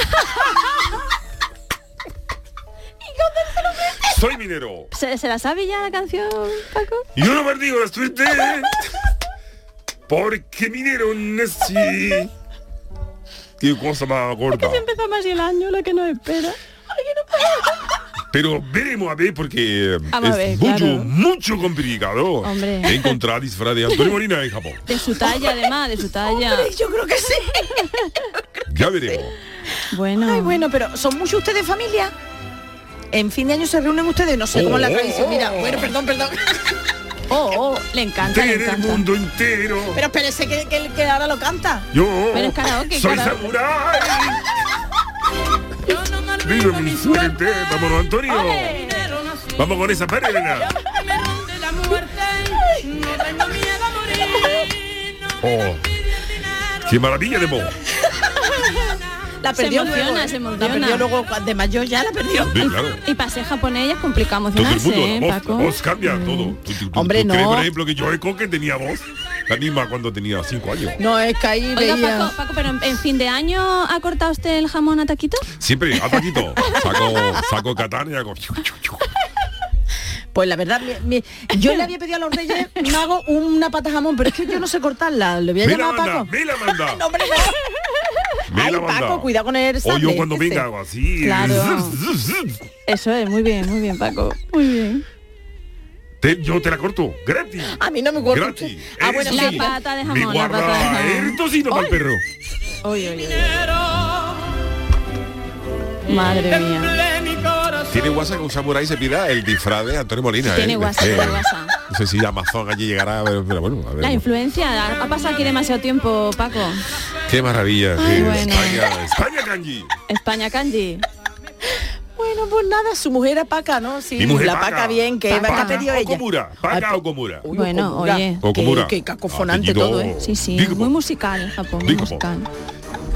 Soy minero.
¿Se, se la sabe ya la canción, Paco?
Y yo no perdigo las suerte porque minero nací. Qué cosa más
Que
gorda.
se empezó más el año, la que nos espera.
Pero veremos a ver porque eh,
Vamos a
es
ver,
mucho,
claro.
mucho complicado
Hombre.
encontrar disfraz de Antonio Molina en Japón.
De su talla, además, de su talla.
yo creo que sí.
Ya veremos.
Bueno.
Ay, bueno, pero ¿son muchos ustedes familia? En fin de año se reúnen ustedes, no sé cómo es la
Oh,
tradición.
oh,
Mira,
oh.
bueno, perdón, perdón.
Oh, oh, le encanta, le
Tener el
encanta.
mundo entero.
Pero espérese que, que, que ahora lo canta.
Yo
Pero es karaoke,
soy
karaoke.
samurái. Vive mi suerte. Vámonos, Antonio. Vamos con esa perena. Oh, qué maravilla de voz.
La
Se
perdió
emociona,
luego, ¿eh?
se
La
emociona.
perdió luego, además yo ya la perdió.
Sí, claro.
Y para ser japonés ya es complicado
Todo el
emocionarse, ¿eh,
mundo, la voz,
Paco?
la voz cambia todo. ¿Tú, tú- tú-
Hombre,
tú crees,
no.
por ejemplo, que Joe Cocker tenía voz la misma cuando tenía cinco años.
No, es que ahí
Oiga,
veía...
Paco, Paco, pero en, en fin de año ha cortado usted el jamón a taquito.
Siempre, a Paquito, saco, saco Catán y hago...
Pues la verdad, mi- mi- yo le había pedido a los reyes mago una pata jamón, pero es que yo no sé cortarla. Le voy a
Me la
llamar a
manda,
Paco.
me la manda.
No, hombre,
Me
Ay,
la manda.
Paco, cuidado con el
O yo
sable,
cuando
ese.
venga hago así.
Claro. Eso es, muy bien, muy bien, Paco. Muy bien.
Te- yo te la corto, gratis.
a mí no me corta.
Gratis.
Ah, bueno,
Eso
la
sí.
pata de
Me
jamón, la pata de
guarda
jamón.
el tocino para el
Ay.
perro.
Oy, oy, oy. Madre mía.
Tiene WhatsApp que un samurái se pida el disfraz de Antonio Molina.
Tiene
¿eh?
WhatsApp,
Es que,
tiene WhatsApp.
No sé si Amazon allí llegará, pero, pero bueno, a ver.
La influencia, ha- ha pasado aquí demasiado tiempo, Paco.
Qué maravilla.
Ay,
sí,
bueno.
España, España, Kanji.
España Kanji.
Bueno, pues nada, su mujer era paca, ¿no? Sí,
Mi mujer
la paca,
paca.
bien, que Eva que ha pedido ella.
Okumura, Paca Okumura.
Bueno,
Okumura.
oye,
Okumura.
qué cacofonante
Apellido
todo, ¿eh?
Sí, sí, muy musical en Japón, muy
Digo.
musical.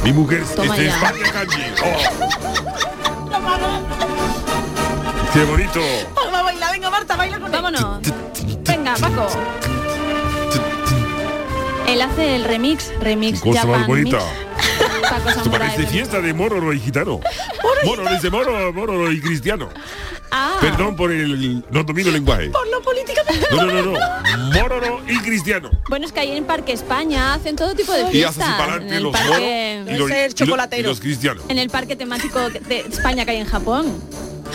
Mi mujer
Toma
es de
ya.
España Kanji. Oh, ¡Qué bonito!
Vamos a bailar, venga Marta, baila con él.
Vámonos. Venga, Paco. Él hace el remix, remix
Cosa
Japan
más bonita.
Mix. Paco
Esto
Samurai.
parece fiesta de moro y gitano. Moro dice moro, moro y cristiano.
Ah,
Perdón por el... No domino el lenguaje.
por lo políticamente
No, no, no, no. Móroro y cristiano.
Bueno, es que ahí en Parque España hacen todo tipo de
Y haces
fiestas.
para
en
adelante
el
los moros y
parque,
los, y los- y los cristianos.
En el parque temático de España que hay en Japón.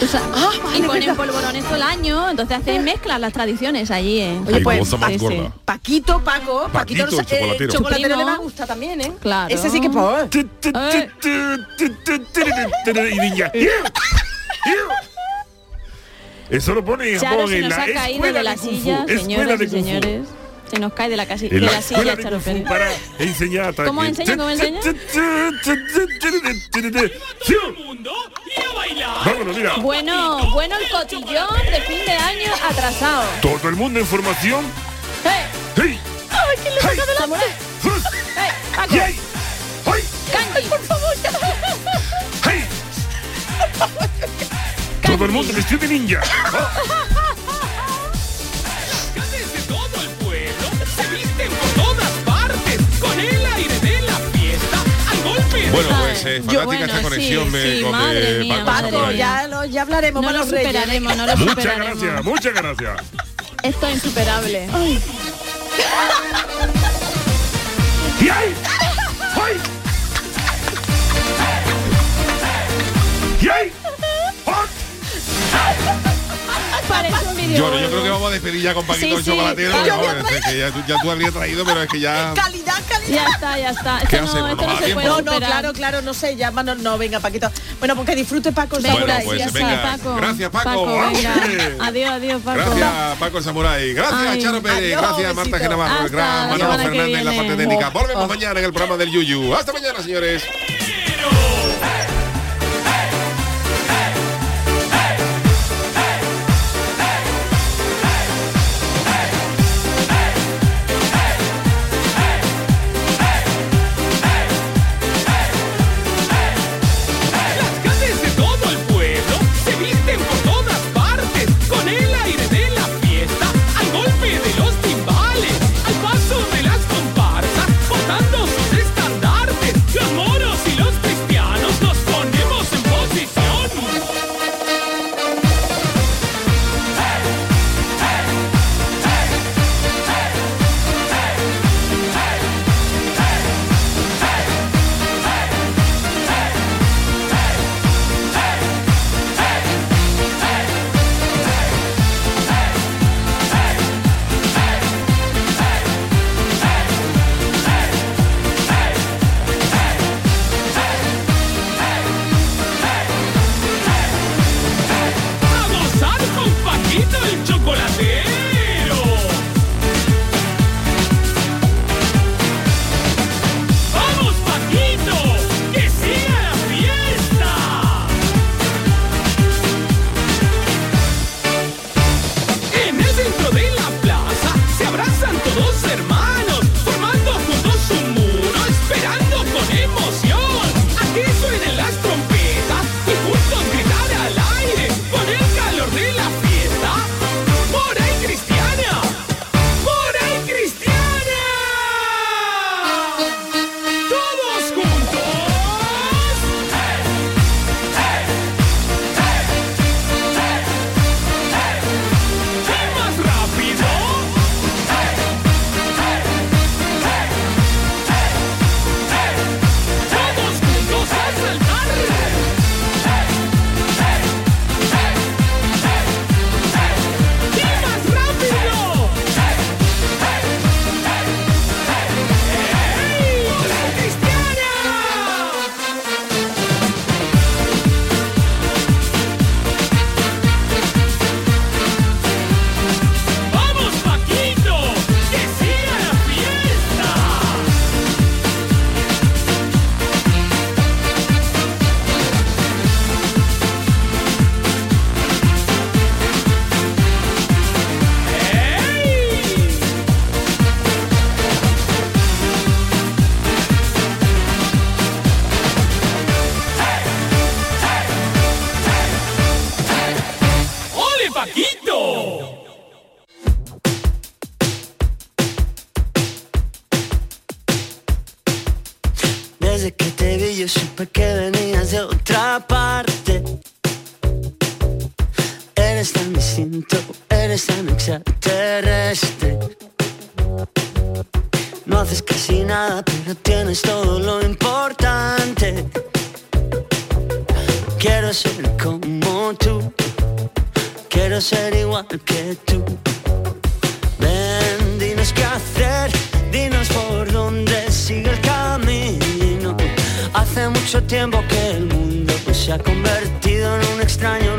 O sea,
Ah,
y ponen polvorones todo el año, entonces
Eh.
hacen mezclas las tradiciones allí. ¿eh?
Oye, Hay pues,
cosa más gorda.
Paquito, Paco, Paquito,
Paquito,
nos-
el chocolatero.
eh, chocolatero
Primo.
le va a gustar también, ¿eh?
Claro.
Ese sí que por.
Eh.
Y niña. Eso lo pone en
Charo
Japón
se
en
nos
la
ha caído de
escuela
la
de Kung Fu.
silla,
Escuela
señoras
de
y
Kung Fu.
señores. Se nos cae de la, casi- de
En la
la
escuela
silla,
de
Charo
Kung Fu
Pérez.
para enseñar ataque.
¿Cómo enseña, cómo enseña?
Vámonos, mira.
Bueno, bueno el cotillón de fin de año atrasado.
Todo el mundo en formación. ¡Hey!
¡Ay, quién le toca delante!
Eh,
¡Eh, Paco! ¡Candy! ¡Por favor!
Todo el mundo vestido de ninja.
Todo el pueblo se visten por todas partes con el aire de la fiesta al golpe.
Bueno, pues eh, fantástica esta conexión de, con de Eh, Paco
Paco,
Samurai.
ya, lo, ya hablaremos
No
con
lo
los reyes.
superaremos, no lo
Muchas
superaremos.
gracias, muchas gracias.
Esto es insuperable.
¡Y ay! ¡Ay! ¡Y ay!
Parece un video.
Yo, yo creo que vamos a despedir ya con Paquito
Sí,
el
sí,
Chocolatero.
Paco.
porque, vamos, es que ya, tú- ya tú habrías traído, pero es que ya...
Calidad, calidad.
Ya está, ya está.
¿Qué
Esto no,
hacemos?
esto
¿No
no
va
se
bien?
puede
No, no,
superar.
claro, claro, no sé, llama, no, no, venga, Paquito. Bueno, pues que disfrute Paco el
Bueno,
Samurai.
pues,
Ya
venga.
está.
Paco.
Gracias, Paco.
venga.
¡Hombre!
Adiós, adiós, Paco.
Gracias, Paco el Samurai. Gracias,
Ay,
Charo Pérez.
adiós,
gracias, Marta
besito.
Genavarro. El
Hasta
gran
la
Manolo
semana que
Fernández en la
viene.
parte técnica.
Oh,
Volvemos
oh.
mañana en el programa del Yuyu. Hasta mañana, señores.
Las calles de todo el pueblo se visten por todas partes con el aire de la fiesta al golpe de los timbales, al paso de las comparsas, botando sus estandartes. Los moros y los cristianos no
Desde que te vi yo supe que venías de otra parte. Eres tan distinto, eres tan extraterrestre. No haces casi nada, pero tienes todo lo importante. Quiero ser como tú, quiero ser igual que tú. Ven, dinos qué hacer, dinos por dónde sigue el camino. Hace mucho tiempo que el mundo se ha pues, convertido en un extraño Ah,